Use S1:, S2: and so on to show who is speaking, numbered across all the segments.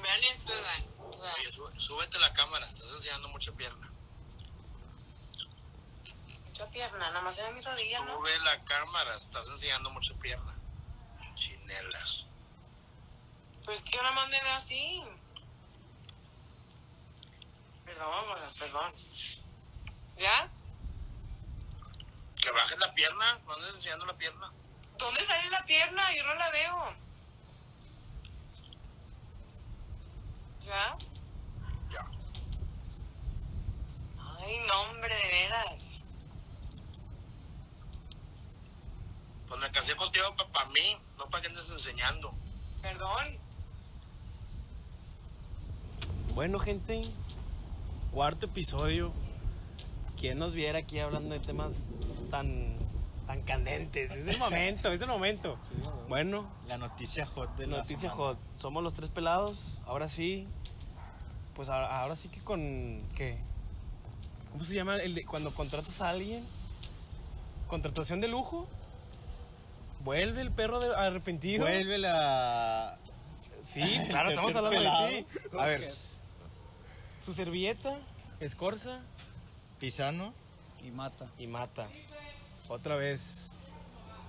S1: planes juegan. juegan.
S2: Oye, sú- súbete la cámara, estás enseñando mucha pierna.
S1: Mucha pierna, nomás se ve mis rodillas, ¿no?
S2: Sube la cámara, estás enseñando mucha pierna. Chinelas.
S1: Pues que una más me ve así. Perdón, bueno, perdón. ¿Ya?
S2: Que bajes la pierna, no andes enseñando la pierna.
S1: ¿Dónde sale la pierna? Yo no la veo. ¿Ya?
S2: Ya.
S1: Ay, no, hombre, de veras.
S2: Pues me casé contigo para mí, no para que andes enseñando.
S1: Perdón.
S3: Bueno, gente, cuarto episodio. ¿Quién nos viera aquí hablando de temas tan, tan candentes? Es el momento, es el momento. Bueno,
S4: La noticia hot de la
S3: noticia
S4: semana.
S3: hot. Somos los tres pelados. Ahora sí, pues ahora, ahora sí que con. ¿Qué? ¿Cómo se llama? El de- cuando contratas a alguien. Contratación de lujo. Vuelve el perro de- arrepentido.
S4: Vuelve la.
S3: Sí, claro,
S4: El
S3: estamos
S4: tercer
S3: hablando de ti.
S4: pelado.
S3: A ver. Su servilleta, escorza
S4: Pisano,
S5: Y mata.
S3: y mata. Otra vez.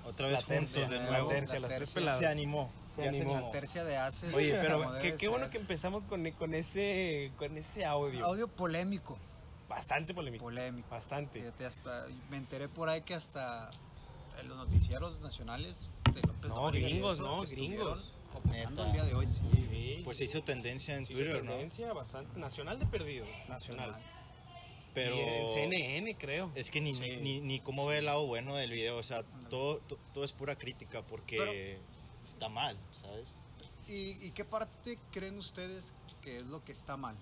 S4: otra
S3: La
S4: vez juntos
S3: tercia,
S4: de
S5: la
S4: nuevo.
S3: tercia, las tres
S5: tercia.
S3: peladas.
S4: Se animó.
S3: Se
S4: ya
S3: animó.
S4: se
S5: La
S4: animó.
S5: tercia de haces.
S3: Oh. Oye, pero
S5: como debe
S3: qué, qué bueno que
S5: ser.
S3: empezamos con, con ese con ese audio.
S5: Audio polémico.
S3: Bastante polémico.
S5: Polémico.
S3: Bastante.
S5: Fíjate, hasta, me enteré por ahí que hasta en los noticieros nacionales de López
S3: No,
S5: Dóriga y
S3: gringos,
S5: eso
S3: no,
S5: estuvieron
S3: gringos.
S5: opinando
S4: Neta.
S5: el día de hoy, sí.
S3: Sí.
S4: Pues se hizo tendencia en
S3: Sí,
S4: Twitter, ¿no?
S3: tendencia bastante nacional de perdido, nacional.
S4: Pero.
S3: Y en CNN, creo.
S4: Es que ni,
S5: Sí.
S4: ni, ni cómo ve el lado bueno del video, o sea, todo, to- todo es pura crítica porque está mal, ¿sabes?
S5: ¿Y, y qué parte creen ustedes que es lo que está mal?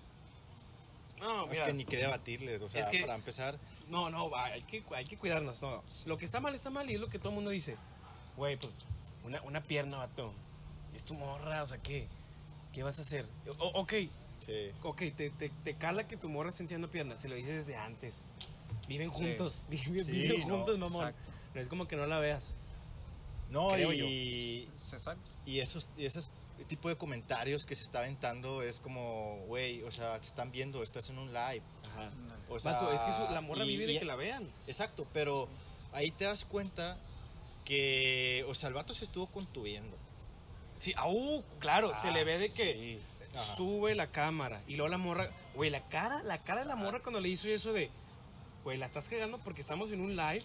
S3: No,
S4: es
S3: mira,
S4: que ni qué debatirles, o sea,
S3: Es que-
S4: para empezar,
S3: no, no, va, hay que, hay que cuidarnos, no. Lo que está mal está mal y es lo que todo el mundo dice. Güey, pues una, una pierna, vato. Es tu morra, o sea, ¿qué? ¿Qué vas a hacer? O- ok,
S4: sí.
S3: ok, te, te, te cala que tu morra está enseñando piernas, se lo dices desde antes. Viven
S5: Sí.
S3: juntos, viven,
S4: Sí,
S3: viven
S4: no,
S3: juntos, mamón.
S5: exacto.
S3: No es como que no la veas.
S4: No,
S3: Creo
S4: y,
S5: Se- se saca.
S4: y esos, y esos tipo de comentarios que se está aventando es como, güey, o sea, te están viendo, estás en un live.
S3: Ajá.
S4: O sea,
S3: vato, es que su- la morra
S4: y-
S3: vive de
S4: y-
S3: que la vean.
S4: Exacto, pero ahí te das cuenta que, o sea, el vato se estuvo contuviendo.
S3: Sí, au, claro, se le ve de que
S4: Sí, ajá.
S3: sube la cámara y luego la morra, güey, la cara, la cara de la morra cuando le hizo eso de, güey, la estás cagando porque estamos en un live.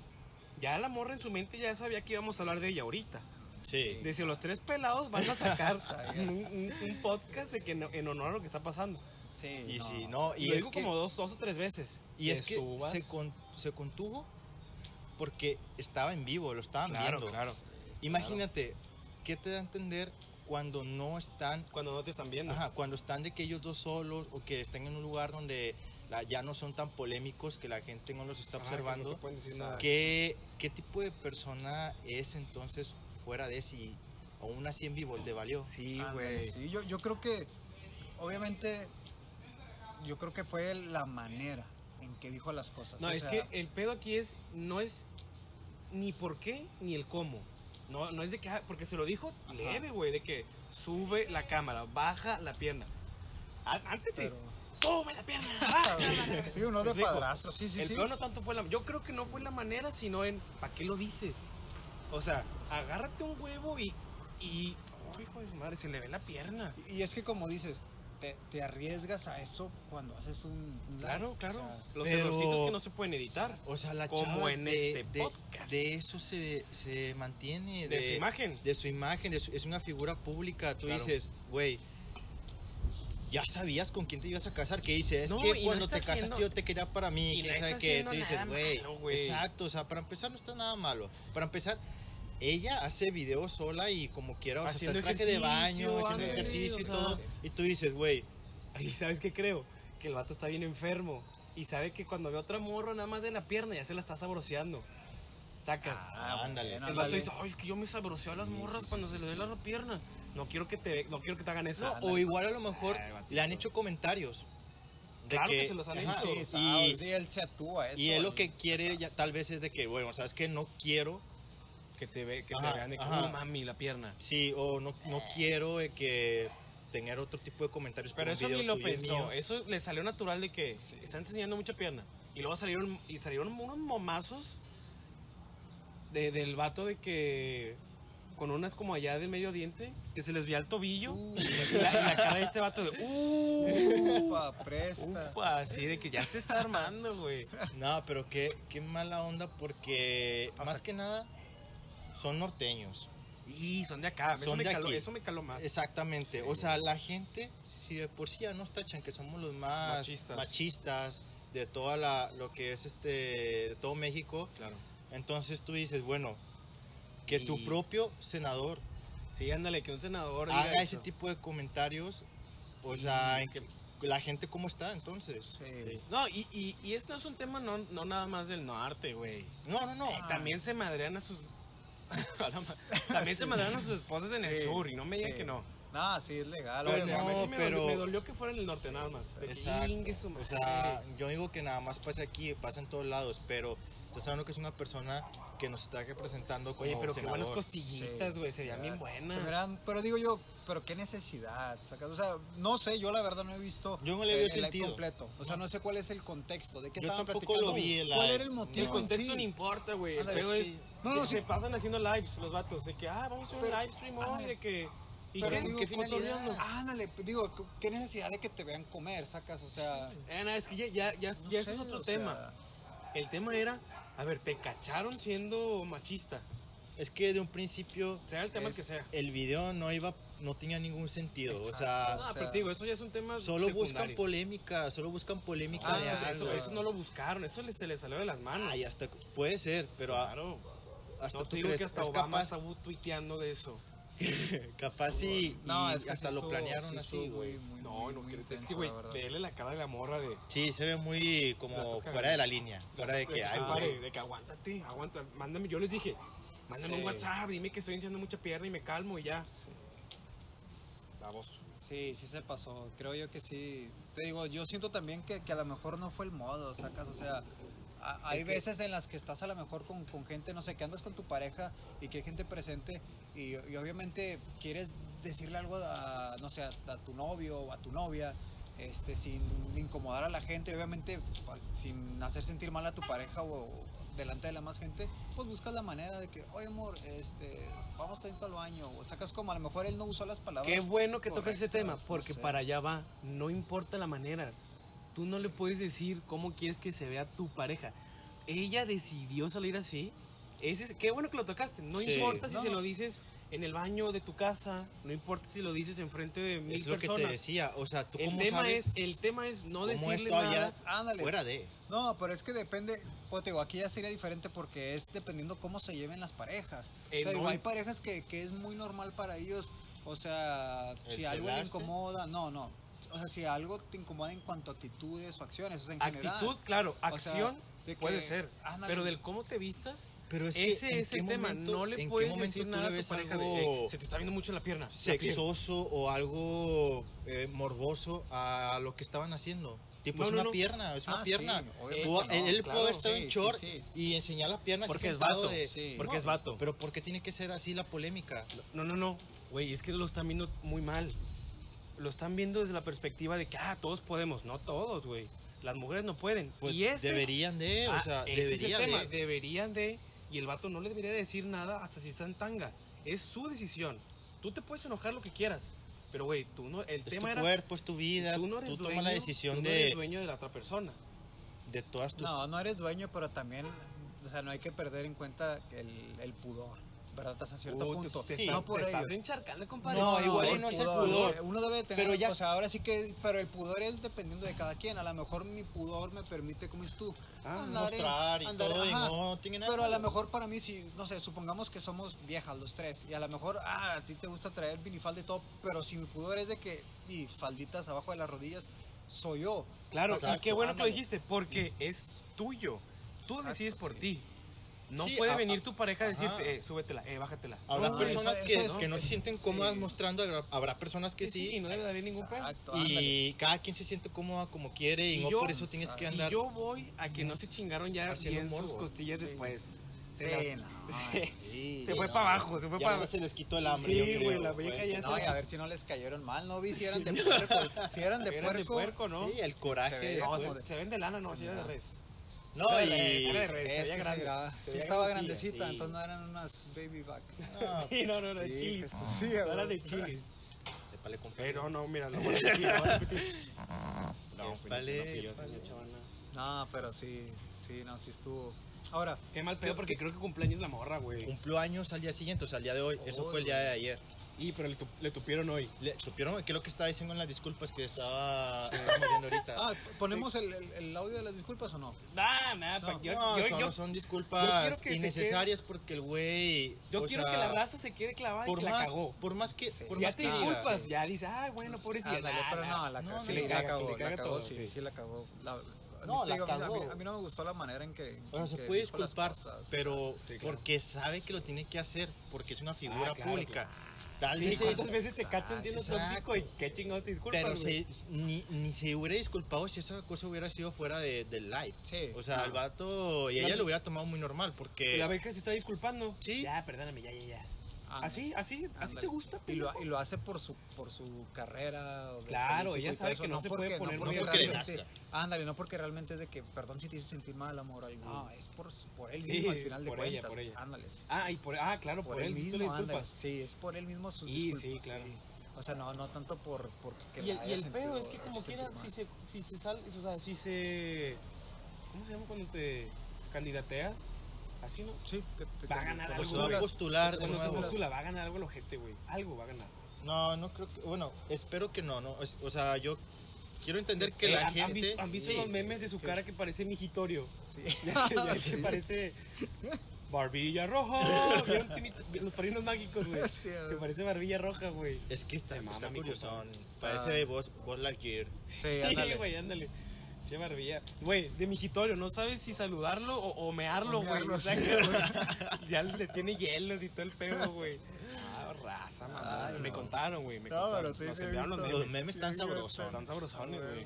S3: Ya la morra en su mente ya sabía que íbamos a hablar de ella ahorita.
S4: Sí.
S3: Decía, los tres pelados van a sacar
S5: Sabía.
S3: un, un- un podcast de que no- en honor a lo que está pasando.
S5: Sí.
S4: Y sí, no, y
S3: lo
S4: es
S3: digo
S4: que-
S3: como dos, dos o tres veces.
S4: Y es que
S3: subas.
S4: se, con- se contuvo porque estaba en vivo, lo estaban
S3: Claro,
S4: viendo.
S3: claro.
S4: Imagínate, ¿qué te da a entender cuando no están,
S3: Cuando no te están viendo.
S4: ajá, cuando están de que ellos dos solos o que estén en un lugar donde la- ya no son tan polémicos que la gente no los está
S3: Ajá, que no
S4: observando?
S3: te pueden decir nada.
S4: ¿Qué, ¿Qué tipo de persona es entonces fuera de si aún así en vivo te valió?
S3: Sí,
S5: Ándale,
S3: güey.
S5: sí, yo, yo creo que, obviamente, yo creo que fue la manera en que dijo las cosas.
S3: No,
S5: o
S3: es
S5: sea,
S3: que el pedo aquí es, no es ni por qué ni el cómo. No, no es de que, ah, porque se lo dijo leve, güey, de que sube la cámara, baja la pierna. A- Antes te,
S5: Pero-
S3: sube la pierna, baja la pierna.
S5: Sí, uno de
S3: Rico.
S5: padrastro, sí, sí,
S3: el
S5: sí.
S3: pedo no tanto fue la, yo creo que no fue la manera, sino en, ¿para qué lo dices? O sea, agárrate un huevo y, y, oh, hijo de su madre, se le ve la pierna.
S5: Y es que como dices, te, te arriesgas a eso cuando haces un... un live,
S3: Claro,
S5: o
S3: claro.
S5: sea,
S3: Los
S4: pero-
S3: errorcitos que no se pueden editar.
S4: O sea, la
S3: Como
S4: chava
S3: en
S4: de,
S3: este
S4: de-
S3: podcast.
S4: de eso se, se mantiene.
S3: De su imagen.
S4: De su imagen, de su- es una figura pública. Tú
S3: Claro.
S4: dices, güey, ya sabías con quién te ibas a casar. Que dices, es
S3: No, y
S4: que
S3: no
S4: cuando
S3: está
S4: te casaste
S3: haciendo-
S4: yo te quería para mí.
S3: y
S4: que
S3: no
S4: sabe
S3: está
S4: qué?
S3: haciendo
S4: Tú dices,
S3: nada
S4: güey,
S3: malo, güey.
S4: exacto. O sea, para empezar no está nada malo. Para empezar... Ella hace videos sola y como quiera, o sea, está
S3: Haciendo
S4: el traje de
S3: ejercicio,
S4: baño, haciendo
S3: ándale,
S4: ejercicio y
S3: o sea.
S4: todo. Y tú dices, güey,
S3: Ahí sabes qué creo, que el vato está bien enfermo y sabe que cuando ve otra morra nada más de la pierna ya se la está sabroseando. Sacas.
S5: Ah,
S4: ándale.
S5: bueno,
S3: el vato
S5: ándale.
S3: dice, "Ay, es que yo me sabroseo a las
S5: Sí,
S3: morras
S5: sí, sí,
S3: cuando
S5: sí,
S3: se le
S5: sí.
S3: ve la pierna. No quiero que te no quiero que te hagan eso."
S4: No, o igual a lo mejor
S3: Ay, batito.
S4: le han hecho comentarios. de
S3: Claro que se los han
S4: ajá,
S3: hecho.
S5: Sí, sabe,
S4: y,
S5: sí, él se actúa eso.
S4: y él lo
S5: el-
S4: que quiere
S5: esas-
S4: ya, tal vez es de que, bueno, sabes que no quiero,
S3: que te ve que
S4: Ajá,
S3: te vean de que,
S4: ajá.
S3: "Uh, mami, la pierna."
S4: sí, o no, no quiero de eh, que tener otro tipo de comentarios. por
S3: Pero
S4: un
S3: eso
S4: video
S3: ni lo
S4: tuyo y
S3: pensó,
S4: mío.
S3: eso le salió natural de que están enseñando mucha pierna. Y luego salieron, y salieron unos momazos de- del vato de que con unas como allá de medio diente, que se les veía el tobillo y, la, y la cara de este vato de uh,
S5: Ufa, presta.
S3: ufa, así de que ya se está armando, güey.
S4: No, pero qué, qué mala onda porque
S3: O
S4: más
S3: sea-
S4: que nada son norteños.
S3: Y son de acá, eso,
S4: Son
S3: me
S4: de
S3: caló,
S4: aquí.
S3: eso me caló más.
S4: Exactamente. O sea, la gente, si de por sí ya nos tachan que somos los más
S3: Machistas.
S4: machistas, de toda la, lo que es este, de todo México,
S3: Claro.
S4: entonces tú dices, bueno, que tu
S3: Y-
S4: propio senador
S3: Sí, ándale, que un senador diga
S4: haga ese
S3: eso.
S4: tipo de comentarios, o
S3: Y
S4: sea,
S3: es
S4: en
S3: que-
S4: que- la gente cómo está entonces.
S5: Sí.
S3: No, y, y, y esto es un tema no, no nada más del norte, güey.
S4: No, no, no.
S3: Eh, También se madrean a sus. A la ma- También se madrean a sus esposas en el
S5: Sí,
S3: sur y no me digan
S5: sí.
S3: que no.
S5: No, sí, es legal.
S3: Pero
S4: Pero
S5: obviamente.
S4: no,
S3: me, sí me dolió,
S4: pero-
S3: me dolió que fuera en el norte nada más. De que "Ingue su
S4: Exacto. O
S3: madre".
S4: sea, yo digo que nada más pasa aquí, pasa en todos lados, pero estás hablando que es una persona que nos está representando como
S3: Oye, pero qué buenas
S4: senador.
S3: costillitas,
S5: Sí,
S3: güey. Serían bien
S5: ¿verdad?
S3: buenas.
S5: Se verán, pero digo yo, pero qué necesidad, sacas? O sea, no sé, yo la verdad no he visto
S4: Yo no le veo
S5: el live
S4: sentido.
S5: completo. O sea, no sé cuál es el contexto, de qué
S4: Yo
S5: estaban
S4: tampoco
S5: platicando.
S4: lo vi el
S5: ¿Cuál
S4: live.
S5: era el
S4: No.
S5: motivo en
S3: Contexto
S5: sí?
S3: no importa, güey. El
S5: Ándale,
S3: pedo
S4: es
S3: es.
S5: que- No, no,
S3: que
S5: sí.
S3: se pasan haciendo lives los vatos. De que, ah, vamos a hacer un
S5: Pero-
S3: live stream hoy.
S5: ándale.
S3: De que. ¿Y
S5: Pero
S3: qué?
S5: digo,
S4: ¿qué finalidad?
S3: Cotorreando.
S5: Ándale, digo, qué necesidad de que te vean comer, sacas, o sea,
S3: Eh, nada, es que ya, ya, ya,
S5: no
S3: ya eso
S5: sé,
S3: es otro
S5: o sea,
S3: tema. El tema era, a ver, te cacharon siendo machista.
S4: Es que de un principio
S3: Sea el tema que
S5: Es-
S3: sea.
S4: el video no iba, no tenía ningún sentido.
S3: No,
S5: Exacto.
S4: O
S3: Ah, pero te digo, eso ya es un tema
S4: sea, solo buscan
S3: secundario.
S4: polémica, solo buscan polémica
S5: Ah,
S4: de
S5: eso-
S4: algo.
S3: Eso,
S5: güey.
S3: eso no lo buscaron, eso le- se le salió de las manos.
S4: Ay, hasta puede ser, pero a-
S3: claro.
S4: hasta
S3: No
S4: tú
S3: te digo
S4: crees
S3: que hasta
S4: es
S3: Obama
S4: capaz,
S3: estaba tuiteando de eso.
S4: capaz y,
S5: No,
S4: y
S5: es que
S4: hasta
S5: sí
S4: lo
S5: estuvo-
S4: planearon
S5: sí
S4: así,
S5: estuvo
S4: güey.
S5: muy, muy,
S3: No,
S5: muy,
S3: no,
S5: muy
S3: quiero es que,
S5: intenso,
S3: güey,
S5: la verdad.
S3: vele la cara de la morra de.
S4: Sí, se ve muy
S3: La estás
S4: como
S3: cagando.
S4: fuera de la línea, fuera de que, ay,
S3: Ah,
S4: güey.
S3: de- de que aguántate, aguanta, mándame. Yo les dije, mándame un
S5: Sí.
S3: WhatsApp, dime que estoy hinchando mucha pierna y me calmo y ya. Vamos.
S5: Sí, sí se pasó. Creo yo que sí. Te digo, yo siento también que, que a lo mejor no fue el modo, sacas. O sea, a- hay veces en las que estás a lo mejor con, con gente, no sé, que andas con tu pareja y que hay gente presente y, y obviamente quieres decirle algo a, no sé, a, a tu novio o a tu novia. Este, sin incomodar a la gente, obviamente pa- sin hacer sentir mal a tu pareja o, o delante de la más gente, pues buscas la manera de que, oye amor, este, vamos tanto al baño, o sacas como a lo mejor él no usó las palabras.
S3: Qué bueno que tocas ese
S5: correctas,
S3: tema,
S5: no
S3: porque
S5: sé.
S3: para allá va, no importa la manera. Tú no le puedes decir cómo quieres que se vea tu pareja. Ella decidió salir así. Ese es- qué bueno que lo tocaste. No
S4: Sí.
S3: importa si
S5: No.
S3: se lo dices en el baño de tu casa, no importa si lo dices enfrente de mil
S4: Es lo que te
S3: personas.
S4: decía, o sea, tú
S3: el
S4: cómo
S3: tema
S4: sabes
S3: es el tema es no
S4: cómo
S3: decirle
S4: esto allá
S3: nada.
S5: Ándale.
S4: fuera de.
S5: No, pero es que depende, pues te digo, aquí ya sería diferente porque es dependiendo cómo se lleven las parejas.
S3: Eh,
S5: Te
S3: no,
S5: digo,
S3: y-
S5: hay parejas que, que es muy normal para ellos, o sea,
S4: El
S5: si algo le
S4: celarse.
S5: incomoda, no, no. O sea, si algo te incomoda en cuanto a actitudes o acciones, o sea, en general.
S3: Actitud, claro,
S5: O sea,
S3: acción
S5: de que-
S3: puede ser,
S5: ándale.
S3: pero del cómo te vistas
S4: Pero es Pues que,
S3: ese
S4: ¿en
S3: es el
S4: qué
S3: tema,
S4: momento-
S3: no
S4: en
S3: le
S4: qué
S3: puedes
S4: momento
S3: decir
S4: tú
S3: nada
S4: le
S3: a tu
S4: ves
S3: pareja de,
S4: algo
S3: "Ey, se te está viendo mucho la pierna. la piel".
S4: sexoso o algo eh, morboso a lo que estaban haciendo.
S3: No,
S4: Tipo, es
S3: no,
S4: una
S3: no.
S4: pierna, es una
S5: Ah, sí,
S4: pierna.
S5: obviamente,
S4: Tú-
S5: no,
S4: él él
S5: claro,
S4: puede haber estado
S5: sí,
S4: en
S5: sí,
S4: short
S5: sí.
S4: y enseñar la pierna así
S3: Porque es
S4: sentado
S3: vato,
S4: de-
S5: sí.
S3: porque
S4: No,
S3: es vato.
S4: Pero ¿por qué tiene que ser así la polémica?
S3: No, no, no. Güey, es que lo están viendo muy mal. Lo están viendo desde la perspectiva de que, ah, todos podemos. No todos, güey. Las mujeres no pueden.
S4: Pues
S3: y ese,
S4: deberían de,
S3: ah,
S4: o sea,
S3: ese es el
S4: deberían
S3: tema,
S4: de.
S3: Deberían de. Y el vato no le debería decir nada hasta si está en tanga. Es su decisión. Tú te puedes enojar lo que quieras. Pero, güey, tú no. El
S4: Es tu
S3: tema era.
S4: cuerpo, es tu vida. Tú,
S3: tú no eres dueño,
S4: tomas la decisión
S3: tú no eres
S4: de,
S3: dueño de la otra persona.
S4: de todas tus.
S5: No, no eres dueño, pero también, o sea, no hay que perder en cuenta el, el pudor, ¿verdad? Hasta cierto
S3: Uh, te-
S5: punto.
S3: te
S4: sí.
S3: estás-
S5: no por
S3: te estás
S5: ellos.
S3: encharcando, compadre.
S4: No, igual y
S5: el
S4: no es el pudor.
S5: eh, Uno debe de tener,
S4: Pero ya-
S5: o sea, ahora sí que, pero el pudor es dependiendo de cada quien. A lo mejor mi pudor me permite, como dices tú,
S3: Ah,
S5: en-
S4: mostrar y todo, y
S5: ajá.
S4: no, no tiene nada
S5: Pero a lo
S4: malo.
S5: mejor para mí, si, no sé, supongamos que somos viejas los tres, y a lo mejor, ah, a ti te gusta traer minifalda y todo, pero si mi pudor es de que, y falditas abajo de las rodillas, soy yo.
S3: Claro, y
S4: Exacto,
S3: qué bueno que lo
S4: ándale.
S3: dijiste, porque
S5: Es-
S3: es, tuyo. Tú
S5: Exacto,
S3: decides por
S5: sí.
S3: ti. No
S4: Sí,
S3: puede
S4: a-
S3: venir tu pareja a
S4: ajá.
S3: decirte, eh, súbetela, eh, bájatela.
S4: Habrá
S3: No,
S5: eso-
S4: personas
S5: eso
S4: que,
S5: es-
S4: que no se sienten cómodas
S5: sí.
S4: mostrando, habrá, habrá personas que
S3: y
S4: sí.
S3: no debe de haber ningún problema.
S5: Exacto, ándale.
S4: Y cada quien se siente cómoda como quiere y,
S3: Y
S4: no
S3: yo-
S4: por eso tienes que
S3: Y
S4: andar.
S3: yo voy a que no se chingaron ya
S4: Haciendo
S3: bien sus
S4: morbo.
S3: costillas
S5: Sí.
S3: después. Se
S5: Sí,
S3: la-
S5: no.
S3: Sí.
S4: Sí,
S3: Se fue
S4: no,
S3: para abajo, se pues, fue
S4: ya
S3: para-
S4: hasta se les quitó el hambre.
S3: Sí,
S4: yo creo,
S3: güey, la
S4: fue.
S3: vieja ya
S5: No, y a ver si no les cayeron mal, no vi si eran de puerco. Si eran de
S3: Eran de
S5: puerco.
S3: puerco, ¿no?
S4: Sí, el
S5: Se
S4: coraje.
S5: ve,
S3: No,
S4: No,
S5: como
S3: se,
S5: de-
S3: se vende lana, no, si era de
S5: Sí,
S3: res.
S4: no,
S3: Era de
S4: y.
S3: res, se
S5: Es
S3: veía
S5: que se
S3: grande.
S5: graba-
S3: Se
S5: Sí,
S3: veía
S5: estaba
S3: grandecilla,
S5: grandecita,
S3: sí.
S5: entonces no eran unas baby back.
S4: No,
S3: Sí, no, no, no,
S5: Sí, pues,
S3: de chilis.
S4: pues,
S5: Jesús, sí,
S3: No era
S5: güey.
S3: de chilis.
S4: épale, compadre.
S3: Pero no, mira, lo voy a repetir, lo voy a repetir. No, pues,
S4: Épale,
S3: no, que yo soy
S4: épale.
S3: la chavana.
S5: No, pero sí, sí, no, sí estuvo. Ahora,
S3: Qué mal pedo porque creo que cumpleaños la morra, güey.
S4: Cumplió años al día siguiente, o sea, al día de hoy. Eso
S5: Uy,
S4: fue el día de ayer.
S3: Y pero le, tu- le tupieron hoy.
S4: Le- ¿Supieron qué es lo que estaba diciendo en las disculpas que estaba, estaba muriendo ahorita?
S5: ah, ¿ponemos el, el- el audio de las disculpas o no?
S3: Nah, nah,
S5: No,
S3: pa- yo,
S4: no,
S3: yo,
S4: son,
S3: yo,
S4: son
S3: yo quiero
S4: disculpas
S3: que se
S4: innecesarias porque el güey.
S3: yo
S4: o
S3: quiero
S4: sea,
S3: que la raza se quede clavada y
S4: por
S3: que la
S4: más,
S3: cagó.
S4: Por más que.
S5: Sí.
S4: Por
S3: Si ya
S4: más
S3: te
S4: que digas,
S3: disculpas, ya dices, ay, bueno, pobrecita.
S5: Ándale, pero no, la,
S4: no,
S5: ca-
S4: no,
S5: sí,
S4: le
S5: la
S3: caga,
S5: cagó,
S3: le
S5: la
S3: caga
S5: cagó,
S3: todo,
S5: sí,
S3: sí.
S5: sí, la cagó. La-
S4: No, la
S5: digo, a mí- a mí-
S4: cagó.
S5: A mí no me gustó la manera en que.
S4: Bueno, se
S5: que
S4: puede
S5: dijo las
S4: disculpar,
S5: cosas.
S4: pero
S3: Sí, claro.
S4: porque sabe que lo tiene que hacer, porque es una figura
S3: Ah, claro,
S4: pública. Tal
S3: Sí,
S4: vez se
S3: ¿Cuántas
S4: dis-
S3: veces se cachan siendo
S4: Exacto.
S3: tóxico y qué chingados te disculpas?
S4: pero
S3: güey?
S4: se, ni, ni se hubiera disculpado si esa cosa hubiera sido fuera de- del live.
S5: Sí.
S4: O sea, el vato y ella lo hubiera tomado muy normal porque
S3: La beca se está disculpando.
S4: eh, Sí.
S3: Ya, perdóname, ya, ya, ¿Ah, ya.
S4: ¿Ah,
S5: Ándale,
S3: así, así, así
S5: ándale.
S3: te gusta,
S5: Y lo,
S3: pendejo?
S5: y lo hace por su, por su carrera. o de
S3: Claro,
S5: político
S3: ella
S5: y todo
S3: sabe que no se puede poner
S5: porque
S4: muy- Porque le
S5: realmente-
S4: nazca.
S5: Ándale, no porque realmente es de que, perdón si te hice sentir mal, amor. algo. No, es por, por él
S3: Sí,
S5: mismo al final de
S3: por ella,
S5: cuentas.
S3: por ella.
S5: Ándale.
S3: Ah, y por, ah, claro,
S5: Por, él
S3: tú le
S5: mismo, ándale.
S3: disculpas.
S5: Sí, es por él mismo sus
S3: Y,
S5: disculpas.
S3: sí, claro.
S5: O sea, no, no tanto por, por que
S3: Y
S5: la
S3: el, y
S5: haya
S3: el pedo
S5: sentido- ah.
S3: es que
S5: hecho
S3: como quiera,
S5: sentir
S3: si
S5: mal.
S3: se, si se sale, o sea, si se... ¿Cómo se llama cuando te candidateas? Así, ¿no?
S5: Sí, que te-
S3: Va a
S5: te-
S3: ganar
S5: te
S3: algo,
S4: se pues, va
S5: postulas.
S4: a postular de
S3: Cuando se
S4: nuevo.
S3: postula, va a ganar algo el ojete, güey. Algo va a ganar.
S4: No, no creo que. Bueno, espero que no. no es- o sea, yo quiero entender que
S3: Eh,
S4: la
S3: han- han,
S4: gente.
S3: visto, han visto
S4: Sí.
S3: los memes de su
S5: que-
S3: cara que parece mijitorio.
S5: Sí.
S3: Ya que- ya que parece barbilla roja. ¿Vieron Timmy- los parinos mágicos, güey.
S5: Sí,
S3: Que parece barbilla roja, güey.
S4: Es que está,
S3: Se mama,
S4: está
S3: mi
S4: curioso.
S3: compadre.
S4: Parece
S5: Ah.
S4: de Boss, Boss Lightyear.
S5: Sí,
S3: Sí,
S5: ándale.
S3: güey, ándale. Che barbilla. Güey, de mijitorio, no sabes si saludarlo o, o mearlo,
S5: O
S3: güey.
S5: mearlo,
S3: O sea, que- ya le tiene hielos y todo el pedo, güey. Ah, raza, mamá.
S5: Ay,
S3: me
S5: no.
S3: contaron, güey. Me
S5: No,
S3: contaron.
S5: pero sí,
S3: Nos
S5: sí he
S3: enviaron
S5: visto.
S3: los
S4: Los
S3: memes.
S4: memes
S5: Sí,
S4: están
S5: ya
S4: sabrosos.
S5: están.
S3: Están sabrosones, güey.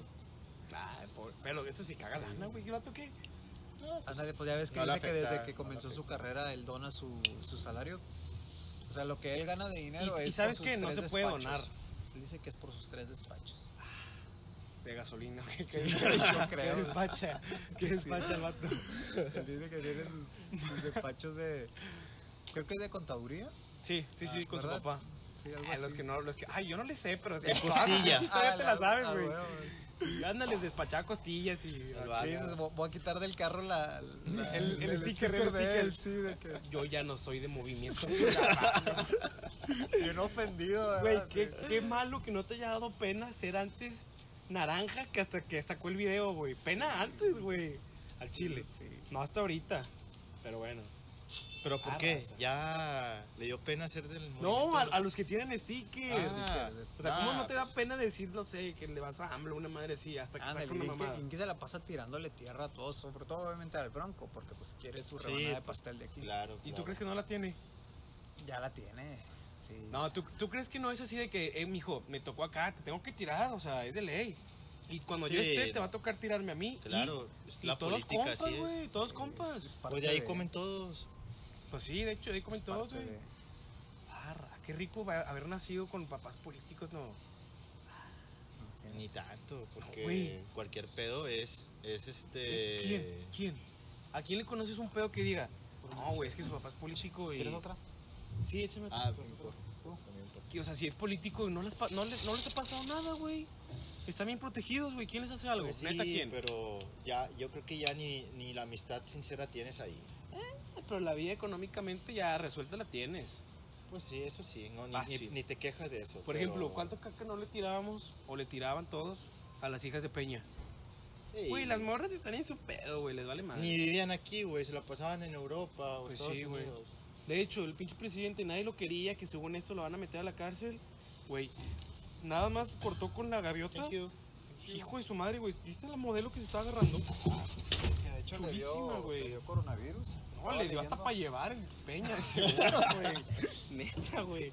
S3: Ah, pobre- pero eso sí caga lana, güey. ¿Qué vato qué?
S5: Ándale, pues ya ves que
S4: No le
S5: dice que desde
S4: afecta,
S5: que
S4: no
S5: comenzó
S4: le
S5: su carrera él dona su, su salario. O sea, lo que él gana de dinero
S3: Y-
S5: es
S3: y sabes
S5: por sus
S3: que no
S5: tres
S3: se puede
S5: despachos.
S3: donar. Ah,
S5: Él dice que es por sus tres despachos.
S3: De gasolina, güey.
S5: Sí,
S3: Que
S5: yo
S3: que
S5: creo.
S3: despacha. Que
S5: Sí.
S3: despacha el vato.
S5: Él dice que tiene sus, sus despachos de. Creo que es de contaduría.
S3: Sí, sí, sí,
S5: Ah,
S3: con
S5: ¿verdad?
S3: su papá.
S5: Sí, algo
S3: Ah, los
S5: así.
S3: que no, los que. Ay, yo no le sé, pero.
S4: De costilla.
S3: Sí, todavía
S5: Ah,
S3: te la sabes,
S5: ah,
S3: güey.
S5: bueno,
S3: Y Ándale, despachar costillas y.
S4: Al vato.
S5: Sí, dices, "Vo- voy a quitar del carro la, la-
S3: El- el sticker, el
S5: de él,
S3: sticker.
S5: sí, de que
S3: Yo ya no soy de movimiento.
S5: bien ofendido.
S3: Güey,
S5: ¿verdad?
S3: qué, qué malo que no te haya dado pena ser antes naranja que hasta que sacó el video, güey. Pena antes, güey. Al chile.
S5: Sí.
S3: No hasta ahorita. Pero bueno.
S4: ¿Pero por
S3: Ah,
S4: qué?
S3: raza.
S4: Ya le dio pena ser del.
S3: No,
S4: movimiento.
S3: a, a los que tienen stickers.
S4: Ah,
S3: o sea, ¿cómo
S4: ah,
S3: no te da
S4: pues,
S3: pena decir, no sé, que le vas a AMLO una madre así hasta que
S5: Ándale,
S3: saca
S5: y
S3: una
S5: en que-
S3: mamada?
S5: en que se la pasa tirándole tierra a todos, sobre todo obviamente al Bronco, porque pues quiere su
S4: Sí,
S5: rebanada de
S4: pues,
S5: pastel de aquí.
S4: Claro.
S3: ¿Y tú
S4: claro.
S3: crees que no la tiene?
S5: Ya la tiene. Sí.
S3: No, ¿tú, tú crees que no es así de que, eh, mijo, me tocó acá, te tengo que tirar? O sea, es de ley. Y cuando yo
S4: Sí,
S3: esté, te
S4: no.
S3: va a tocar tirarme a mí. y-
S4: Claro, es
S3: Y
S4: la
S3: todos
S4: política
S3: compas,
S4: así es.
S3: güey, todos
S5: Es-
S3: compas.
S5: es parte
S4: Pues de ahí
S5: de-
S4: comen todos.
S3: Pues sí, de hecho, ahí
S5: es
S3: comentó,
S5: parte
S3: güey.
S5: de-
S3: Arra, qué rico va- haber nacido con papás políticos, ¿no?
S4: Ni tanto, porque
S3: güey.
S4: cualquier pedo es, es este.
S3: ¿Quién? ¿Quién? ¿A quién le conoces un pedo que diga? No, güey, es que su papá es político y...
S5: ¿Quieres otra?
S3: Sí, échame
S4: Ah,
S3: otra.
S4: por-
S5: ¿Tú?
S3: Que, O sea, si es político, no les, pa- no les, no les ha pasado nada, güey. Están bien protegidos, güey. ¿Quién les hace algo?
S4: Pues sí,
S3: Neta, ¿quién? Pero...
S4: pero ya, yo creo que ya ni, ni la amistad sincera tienes ahí.
S3: la vida económicamente ya resuelta la tienes.
S4: Pues sí, eso sí, no, ni,
S3: Fácil.
S4: ni- ni te quejas de eso.
S3: Por
S4: pero-
S3: ejemplo, ¿cuánto caca no le tirábamos o le tiraban todos a las hijas de Peña?
S4: Sí.
S3: Güey, las morras están en su pedo, güey. Les vale madre.
S4: Ni vivían aquí, güey, se la pasaban en Europa o
S3: Pues
S4: Estados
S3: sí, güey.
S4: Unidos.
S3: De hecho, el pinche presidente nadie lo quería, que según esto lo van a meter a la cárcel. Güey, nada más cortó con la gaviota.
S4: Thank you.
S3: Hijo de su madre, güey. ¿Viste la modelo que se estaba agarrando?
S5: Que de hecho le
S3: Chulísima,
S5: dio,
S3: güey.
S5: le dio coronavirus.
S3: No,
S5: Estaba
S3: le dio hasta
S5: leyendo-
S3: para llevar el peña, de seguro, güey. Neta, güey.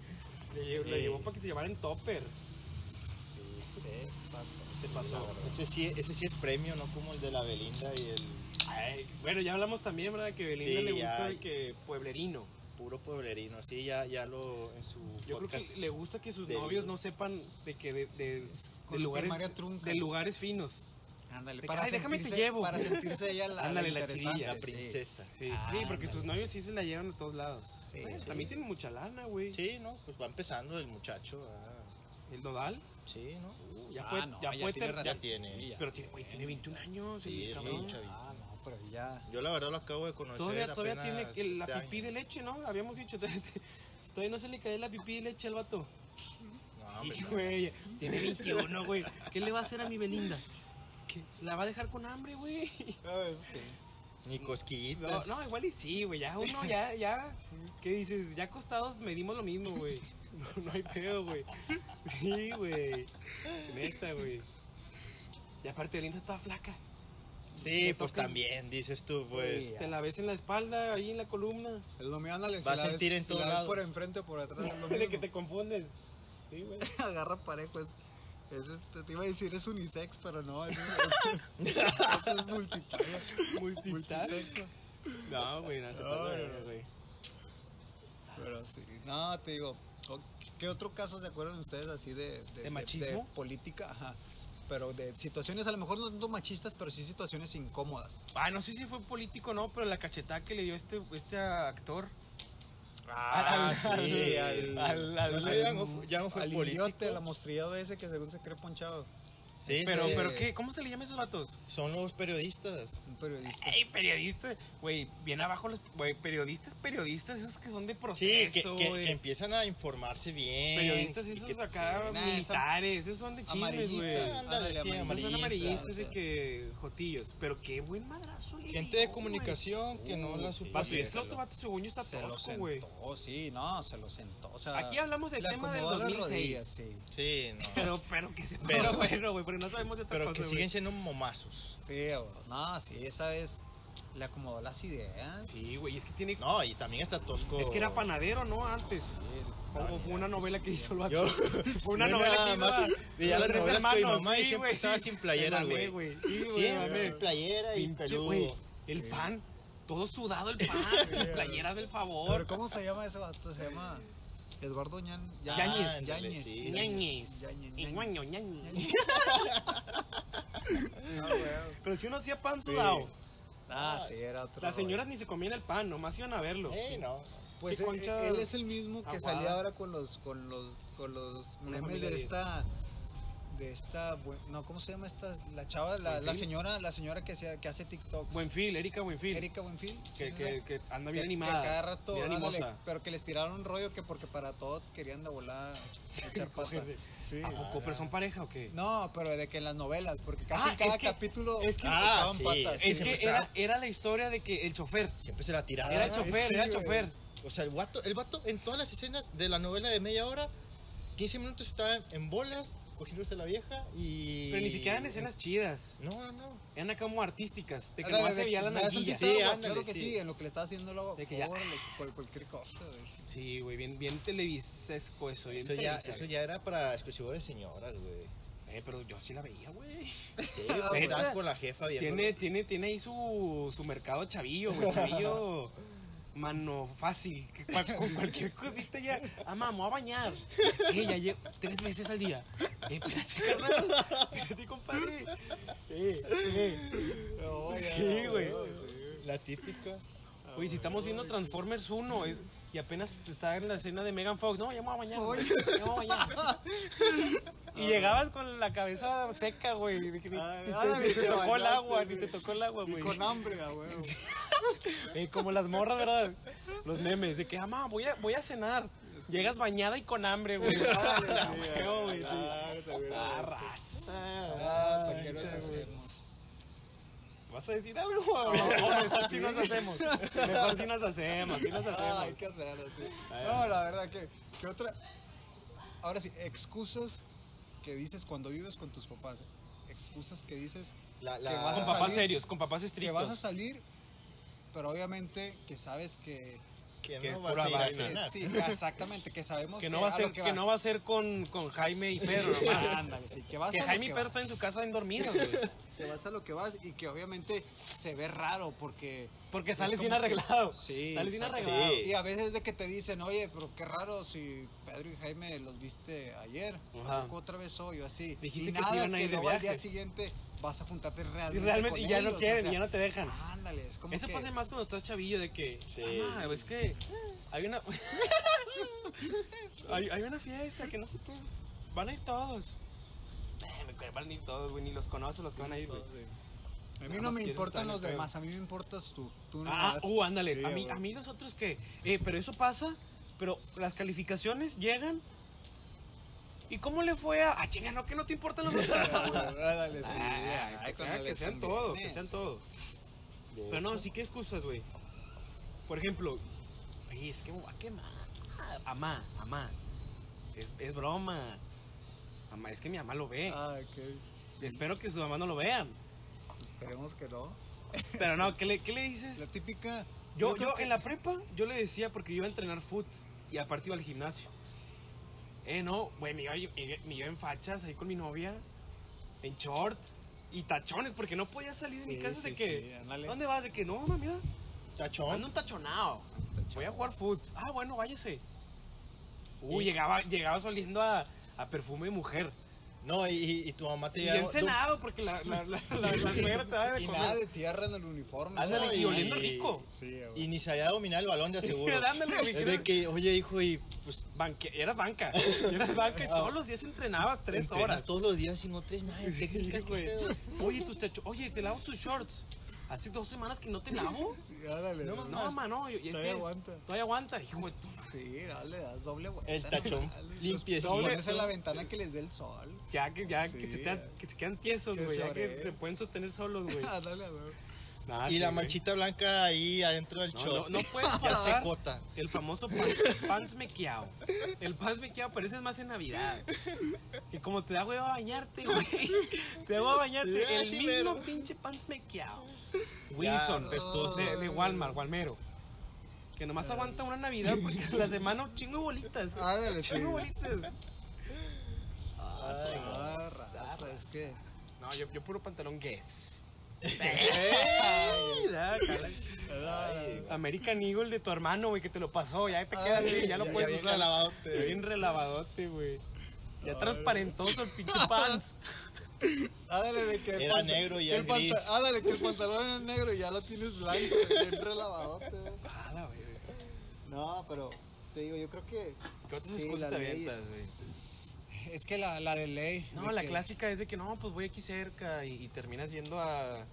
S3: Le, lle- le
S4: Sí.
S3: llevó para que se llevara en topper.
S5: Sí, se pasó.
S3: Se pasó.
S4: Ese sí, ese sí es premio, no como el de la Belinda y el.
S3: Ay, bueno, ya hablamos también, ¿verdad? Que Belinda
S4: Sí,
S3: le
S4: ya.
S3: gusta de que pueblerino.
S4: Puro pueblerino, sí, ya, ya lo en su
S3: Yo
S4: podcast.
S3: creo que le gusta que sus
S4: del-
S3: novios no sepan de que de, de-
S5: con
S3: de lugares
S5: primaria trunca.
S3: de lugares finos.
S5: Ándale,
S3: De
S5: para
S3: que, "Ay, déjame te
S5: sentirse,
S3: llevo".
S5: para sentirse ella la, la
S3: Ándale, la
S5: interesante,
S3: chidilla.
S4: La
S5: sí.
S4: princesa.
S3: Sí,
S5: Ah,
S3: sí, porque sus
S5: ándale.
S3: novios sí se la llevan a todos lados.
S5: Sí,
S3: Bueno,
S5: sí.
S3: También tienen mucha lana, güey.
S4: Sí, ¿no? Pues va empezando el muchacho. ah,
S3: El Nodal
S4: Sí, ¿no?
S3: ya
S5: Ah,
S3: puede,
S5: no,
S3: ya
S5: ya
S3: puede
S5: tiene
S3: ter-
S5: rato.
S3: ya-
S4: Ya tiene.
S5: ya
S3: pero tiene, güey, tiene 21 años,
S4: Sí,
S3: ese
S4: es
S3: cabrón.
S4: muy chavito.
S5: Ah, no, pero ya.
S4: Yo la verdad lo acabo de conocer.
S3: Todavía, todavía tiene
S4: apenas
S3: el- la
S4: este
S3: pipí
S4: año.
S3: de leche, ¿no? Habíamos dicho, todavía, todavía no se le cae la pipí de leche al vato.
S4: No, hombre,
S3: Sí,
S4: no.
S3: güey, tiene 21, güey. ¿Qué le va a hacer a mi Belinda? La va a dejar con hambre, güey.
S5: Ah,
S4: Ni
S3: No,
S4: cosquillitas.
S3: no, igual y sí, güey. Ya uno, ya, ya. ¿Qué dices? Ya acostados medimos lo mismo, güey. No, no hay pedo, güey. Sí, güey. Neta, güey. Y aparte, linda toda flaca.
S4: Sí,
S3: le
S4: pues
S3: tocas-
S4: también, dices tú, pues.
S5: Sí.
S3: Te la ves en la espalda, ahí en la columna.
S5: Es lo mío, ándale.
S4: Va a
S5: la ves-
S4: sentir en
S5: si
S4: todos
S5: la ves
S4: lados.
S5: por enfrente o por atrás, es lo
S3: De que
S5: mismo.
S3: te confundes. Sí, güey.
S5: Agarra parejo, es, es este, te iba a decir es unisex, pero no, eso es, eso es multitarea.
S3: Multitask.
S5: Multisexo.
S3: No, güey, no se
S5: No,
S3: pasa de
S5: no,
S3: verga,
S5: no.
S3: güey.
S5: Pero sí, no, te digo, o- ¿qué otro caso se acuerdan ustedes así de,
S3: ¿De machismo?
S5: política? Ajá. Pero de situaciones, a lo mejor no tanto machistas, pero sí situaciones incómodas.
S3: Ah, no sé si fue político o no, pero la cachetada que le dio este, este actor.
S4: Ah, sí,
S3: al-
S4: al,
S3: al- al-
S4: no sé, ya no fue, ya no fue
S5: al
S4: político.
S5: idiote, el amostrillado ese que según se cree ponchado,
S4: Sí,
S3: Pero,
S4: sí,
S3: pero ¿qué? ¿Cómo se le llama a esos vatos?
S4: Son los periodistas.
S5: un periodista.
S3: Ey, periodistas, güey, bien abajo los, güey, periodistas, periodistas, esos que son de
S4: Sí, que,
S3: proceso,
S4: que-
S3: güey.
S4: que empiezan a informarse bien.
S3: periodistas
S4: y
S3: esos
S4: que- ah,
S3: acá
S5: sí. Nah, esa-
S3: militares, esos son de chismes, güey.
S5: Amarillista,
S3: Esos
S4: Ándale,
S5: ándale,
S4: sí,
S3: son
S4: amarillista,
S3: amarillistas
S5: o sea.
S3: de que jotillos, pero qué buen madrazo le
S4: Gente
S3: dio,
S4: de
S3: güey.
S4: comunicación que no
S5: Uh,
S4: la
S5: sí.
S4: supo.
S3: Vato, y
S4: hacer.
S3: ese otro vato según yo está
S5: se lo
S3: tosco,
S5: sentó,
S3: güey.
S5: sí, no, se lo sentó. O sea,
S3: Aquí hablamos del
S5: le
S3: tema del
S5: acomodó las
S3: 2006.
S5: rodillas, sí.
S4: Sí, no.
S3: Pero, pero que se,
S4: Pero-
S3: pero, pero, güey, pero no sabemos de otra
S4: Pero
S3: cosa,
S4: que
S3: güey.
S4: siguen siendo momazos.
S5: Sí, o- no, sí, esa vez le acomodó las ideas.
S3: Sí, güey, es que tiene,
S4: No, y también está tosco.
S3: es que era panadero, ¿no? Antes.
S5: Sí,
S3: O
S5: no,
S3: fue
S5: mira,
S3: una novela que
S5: sí.
S3: hizo el vato.
S4: Yo-
S3: Fue una
S4: Sí,
S3: novela
S4: nada
S3: que hizo.
S4: más. Y ya las
S3: Tres
S4: novelas con mi
S3: hermanos,
S4: mamá y
S3: sí,
S4: siempre
S3: güey,
S4: estaba
S3: sí.
S4: sin playera,
S3: Me
S4: el
S3: mamé,
S4: güey.
S3: Sí, güey, me
S4: Siempre
S3: mamé.
S4: sin playera y
S3: Pinche, güey,
S4: peludo.
S3: El pan, todo sudado el pan, sin playera del favor.
S5: Pero ¿cómo se llama ese vato? Se llama Eduardo Ñan...
S3: Yáñez.
S5: Yáñez.
S4: Ándale,
S5: Yáñez,
S4: sí.
S3: Ñañez.
S5: Yáñez,
S3: Y
S5: Ñañez.
S3: ñoño, ñañez.
S5: Ñañez. No, Ah, güey.
S3: Pero si uno hacía pan sudado,
S5: Ah, sí, era otro.
S3: las señoras ni se comían el pan, nomás iban a verlo.
S4: Eh, no.
S5: Pues
S3: Sí,
S5: e-
S3: concha
S5: e- él es el mismo que
S3: aguada.
S5: salía ahora con los con los con los
S3: la
S5: memes
S3: familia
S5: de
S3: Díaz.
S5: esta de esta bu- no, ¿cómo se llama esta la chava la,
S3: ¿Buenfil?
S5: la señora, la señora que hacía- que hace TikToks?
S3: Buenfil, Erika Buenfil.
S5: Erika Buenfil.
S3: que,
S5: sí, sí,
S3: que,
S5: sí.
S3: que anda
S5: Que-
S3: bien
S5: que
S3: animada.
S5: cada rato,
S3: bien
S5: ándale,
S3: animosa.
S5: pero que les tiraron un rollo que porque para todo querían de volada echar pata.
S3: Cógese.
S5: Sí.
S3: ¿A poco? ¿Pero son pareja o qué?
S5: No, pero de que en las novelas, porque casi
S3: Ah,
S5: en cada
S3: es que-
S5: capítulo
S3: es que-
S5: echaban
S4: Ah, sí,
S5: patas.
S4: sí,
S3: es
S4: se
S3: que
S4: me
S3: era, era la historia de que el chofer.
S4: Siempre se la tiraba.
S3: Era el
S5: Ah,
S3: chofer,
S5: sí,
S3: era el
S5: güey.
S3: chofer.
S4: O sea, el vato, el vato en todas las escenas de la novela de media hora, 15 minutos estaba en bolas, cogiéndose a la vieja y.
S3: Pero ni siquiera eran escenas chidas.
S4: No, no, no.
S3: Eran acá como artísticas. De que
S5: Ándale,
S3: nomás
S5: de
S3: se veía
S5: que
S3: la
S5: me das
S3: narguilla.
S5: tantito agua,
S4: ándale,
S5: claro que sí.
S4: sí.
S5: en lo que le estaba haciendo luego,
S3: De que ya-
S5: órale, por cualquier cosa. güey.
S3: Sí, güey, bien, bien televisesco eso. Bien
S4: Eso ya,
S3: televisesco.
S4: eso ya era para exclusivo de señoras, güey.
S3: Eh, pero yo sí la veía, güey.
S4: Sí, pues,
S3: ¿Neta?
S4: estabas con la jefa viendo.
S3: Tiene, tiene, tiene ahí su, su mercado chavillo, güey. Chavillo mano fácil. Que cual- con cualquier cosita ya. Ah, mamá, me voy a bañar. Eh, ya llevo tres veces al día. Eh, espérate, carnal. Espérate, compadre. Eh, eh. Sí, güey.
S4: La típica.
S3: Oye, si estamos viendo Transformers 1 es- y apenas está en la escena de Megan Fox, no, ya me voy a bañar. güey, Ya me voy a bañar. Y llegabas con la cabeza seca, güey. de que Ni,
S5: Ah,
S3: ni te-
S5: ah,
S3: ni
S5: ni
S3: te
S5: te
S3: tocó el
S5: bañaste,
S3: agua, ni
S5: güey.
S3: te tocó el agua,
S5: Y
S3: güey.
S5: con hambre, a huevo.
S3: Eh, como las morras, ¿verdad? Los memes de que, ah, mamá, voy a, voy a cenar. Llegas bañada y con hambre, güey. Ah, la feo, güey, sí. Ah, raza.
S5: Ah, ¿para qué nos hacemos?
S3: ¿Vas a decir algo? o- o mejor sí nos hacemos. Mejor sí nos hacemos, sí nos
S5: Ah, hay
S3: hacemos. Ah,
S5: que hacerlo, sí.
S3: Ay,
S5: No, la verdad que, que otra. Ahora sí, excusas que dices cuando vives con tus papás. Excusas que dices
S4: La, la,
S5: Que vas
S3: Con
S5: a
S3: papás
S5: salir-
S3: serios, con papás
S5: que vas a
S3: estrictos.
S5: salir, pero obviamente que sabes que
S4: Que,
S3: Que
S4: no
S3: es
S4: vas
S3: pura
S4: a ir a
S3: base.
S4: cenar.
S5: Sí, exactamente, Pues que sabemos
S3: Que no va a
S5: lo
S3: ser, que,
S5: vas.
S3: no va a ser con, con Jaime y Pedro, nomás.
S5: Ah, Ándale, sí, que vas
S3: Que
S5: a lo
S3: Jaime y
S5: que
S3: Pedro
S5: vas.
S3: están en su casa bien dormidos, güey.
S5: Que vas a lo que vas y que obviamente se ve raro porque...
S3: Porque
S5: es
S3: sales bien
S5: como que-
S3: arreglado.
S5: Sí,
S3: Sales bien
S5: exacto.
S3: arreglado.
S4: Sí.
S5: Y a veces de que te dicen, oye, pero qué raro si Pedro y Jaime los viste ayer,
S3: Ajá.
S5: ¿a poco otra vez hoy o así.
S3: Ah. Dijiste
S5: y
S3: que se
S5: nada,
S3: iban a ir
S5: que
S3: de
S5: luego al
S3: viaje.
S5: día siguiente vas a juntarte
S3: Y
S5: realmente.
S3: realmente,
S5: con
S3: y ya
S5: ellos,
S3: no
S5: o
S3: quieren,
S5: sea,
S3: ya no te dejan.
S5: Ándale, es como
S3: Eso
S5: que...
S3: pasa más cuando estás chavillo de que,
S4: Sí.
S3: "Ah, es que hay una hay, hay una fiesta que no sé qué. Van a ir todos. Eh, me- Van a ir todos, güey, ni los conoces los que van a ir, güey.
S5: A mí no
S3: Quieres
S5: me
S3: estar
S5: importan los
S3: bien feo.
S5: demás, a mí me importas tú. Tú
S3: Ah,
S5: nomás.
S3: uh, ándale.
S5: Sí,
S3: a, mí,
S5: güey.
S3: a mí nosotros que, eh, pero eso pasa, pero las calificaciones llegan. ¿Y cómo le fue a.? Ah, chinga, no, que no te importan los otros.
S5: Ándale, sí.
S3: Ah,
S5: ay,
S3: que,
S5: cuando
S3: sea- que
S5: les
S3: sean
S5: conviene,
S3: todos, que sean
S5: sí.
S3: todos. Pero no, sí que excusas, güey. Por ejemplo, ay, es que me voy a quemar. Amá, amá. Es, es broma. Amá, es que mi mamá lo ve.
S5: Ah, ok.
S3: Espero que su mamá no lo vean.
S5: Esperemos que no.
S3: Pero no, ¿qué le, qué le
S5: La
S3: dices?
S5: típica.
S3: Yo,
S5: creo
S3: yo
S5: que-
S3: en la prepa, yo le decía porque yo iba a entrenar foot y aparte iba al gimnasio. Eh, no, güey, me iba, me iba en fachas ahí con mi novia, en short y tachones, porque no podía salir de mi
S5: Sí,
S3: casa
S5: sí,
S3: de que.
S5: sí, ándale.
S3: ¿Dónde vas? De que no, mamá, mira. Ando
S4: Chachón.
S3: un tachonado. Voy a jugar foot. Ah, bueno, váyase. Uh,
S4: Y-
S3: llegaba, llegaba oliendo a, a perfume de mujer.
S4: No, y- y, y tu mamá te
S3: Y
S4: lleva.
S3: bien cenado, porque la, la, la, la, la suegra te da de
S5: Y
S3: comer.
S5: nada de tierra en el uniforme.
S3: Ándale,
S5: ¿sabes?
S3: y
S4: no,
S3: oliendo
S4: y-
S3: rico.
S5: Sí,
S4: tú-
S5: güey.
S4: Y ni sabía dominar el balón, de aseguro.
S3: Dándole, güey,
S4: es
S3: creo-
S4: de que, oye, hijo, y pues.
S3: Banque, eras banca. Eras banca y todos los días entrenabas tres
S4: entrenas
S3: horas.
S4: todos los días y no tres nada de
S3: Sí,
S4: técnica, qué
S3: güey.
S4: pedo.
S3: Oye, tus tacho- Oye, te lavo tus shorts. Hace dos semanas que no te lavo.
S5: Sí, ándale.
S4: No,
S5: No,
S3: No, mamá, no. yo- y es
S5: Todavía
S3: que-
S5: aguanta.
S3: Todavía aguanta. Hijo, de tu-
S5: Sí, dale, das doble vuelta.
S4: El
S5: ¿no?
S4: tachón
S5: Dale.
S4: limpiecito.
S5: Los pones en la ventana que les dé el sol.
S3: ya que, ya que,
S5: Sí.
S3: se te- que se quedan tiesos,
S5: Que
S3: güey. Ya que
S5: sobre-
S3: se pueden sostener solos, güey.
S5: Ándale, güey.
S3: Nah,
S4: Y
S3: Ah, sí,
S4: la
S3: güey.
S4: manchita blanca ahí adentro del
S3: No, no,
S4: short.
S3: no puedes
S4: Ya se
S3: pasar
S4: cota.
S3: el famoso pan, pants mequeado. El pants mequeado, pero ese es más en Navidad. Que como te da hueva bañarte, güey. Te da hueva bañarte.
S4: Ya,
S3: el
S4: sí,
S3: mismo
S4: mero.
S3: pinche pants mequeado. Wilson, eh,
S4: pestoso.
S3: de, de Walmart, Walmero. Que nomás aguanta una Navidad porque las demás no chingo de bolitas.
S5: Ándale, Ah, sí.
S3: Chingo de bolitas.
S4: Ay, no.
S5: Ah, raza, es que.
S3: No, yo, yo puro pantalón Guess.
S5: Ay,
S3: Ay, da, caray.
S5: ay,
S3: American Eagle de tu hermano, güey, que te lo pasó. Ya te
S5: Ay,
S3: quedas, güey, ya
S5: ya,
S3: lo
S5: ya
S3: puedes
S4: bien
S3: usar.
S4: lavadote.
S3: Ya Bien relavadote, güey. Ya transparentoso el pinche pants.
S5: Ándale, de que el
S4: Era
S5: panta-
S4: negro y
S5: que
S4: ya
S5: el panta-
S4: gris.
S5: Ándale, que el pantalón es negro y ya lo tienes blanco, bien relavadote. güey.
S3: A Ah, la verga.
S5: No, pero te digo, yo creo que.
S3: ¿Qué otras
S5: Sí,
S3: excusas te
S5: la ley.
S3: avientas, güey?
S5: Es que la, la de ley.
S3: No,
S5: de
S3: la
S5: que-
S3: clásica es de que no, pues voy aquí cerca y, y terminas yendo a.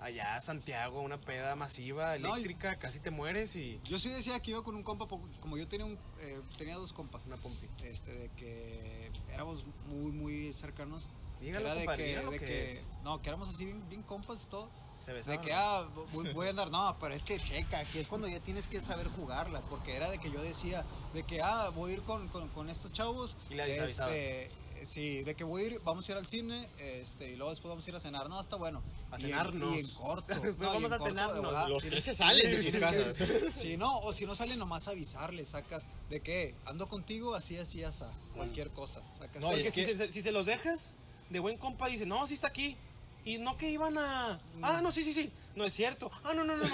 S3: Allá a Santiago, una peda masiva,
S5: No, y-
S3: eléctrica, casi te mueres y.
S5: Yo sí decía que iba con un compa, po- como yo tenía, un, eh, tenía dos compas,
S3: Una pompi.
S5: este, de que éramos muy, muy cercanos.
S3: Dígalo,
S5: era de
S3: compadre,
S5: que,
S3: dígalo
S5: de
S3: que
S5: que
S3: es.
S5: no, que éramos así bien, bien compas y todo.
S3: Se besaban.
S5: De que, ah, voy, voy a andar, no, pero es que checa, que es cuando ya tienes que saber jugarla, porque era de que yo decía, de que, ah, voy a ir con, con, con estos chavos,
S3: Y la desavisabas.
S5: este, sí, de que voy a ir, vamos a ir al cine, este, y luego después vamos a ir a cenar, no, está bueno.
S3: A
S5: y en-
S3: cenarnos.
S5: Y en corto, no,
S3: Después
S5: y en
S3: vamos a
S5: corto, de
S3: cenarnos.
S5: volada,
S4: Los tres
S5: tienes-
S4: se salen de
S5: Sí,
S4: sus
S5: es que-
S4: casas.
S5: Si no, o si no sale nomás avisarle, sacas de que ando contigo, así, así, asa, cualquier cosa. Sacas
S4: No, y
S3: Porque
S4: es
S3: si,
S4: que-
S3: se, si se los dejas, de buen compa dice, no, sí está aquí. Y no que iban a... Ah, no, sí, sí, sí. No es cierto. Ah, no, no, no,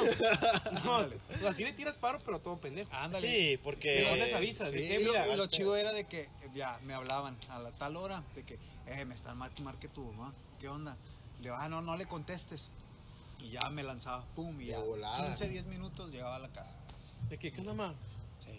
S3: no. no
S5: Ándale.
S3: pues así le tiras paro, pero todo pendejo.
S5: Ándale.
S4: Sí,
S3: Y no
S4: porque.
S3: les avisas.
S5: Eh, Sí,
S3: de que,
S5: y,
S3: mira,
S5: lo, y lo chido era de que eh, ya me hablaban a la tal hora de que eh, me están marque marque tu mamá qué onda le digo, ah no no le contestes y ya me lanzaba pum y
S4: De
S5: ya
S4: volada.
S5: 15 10 minutos llegaba a la casa
S3: de que, ¿qué onda, ma?
S5: sí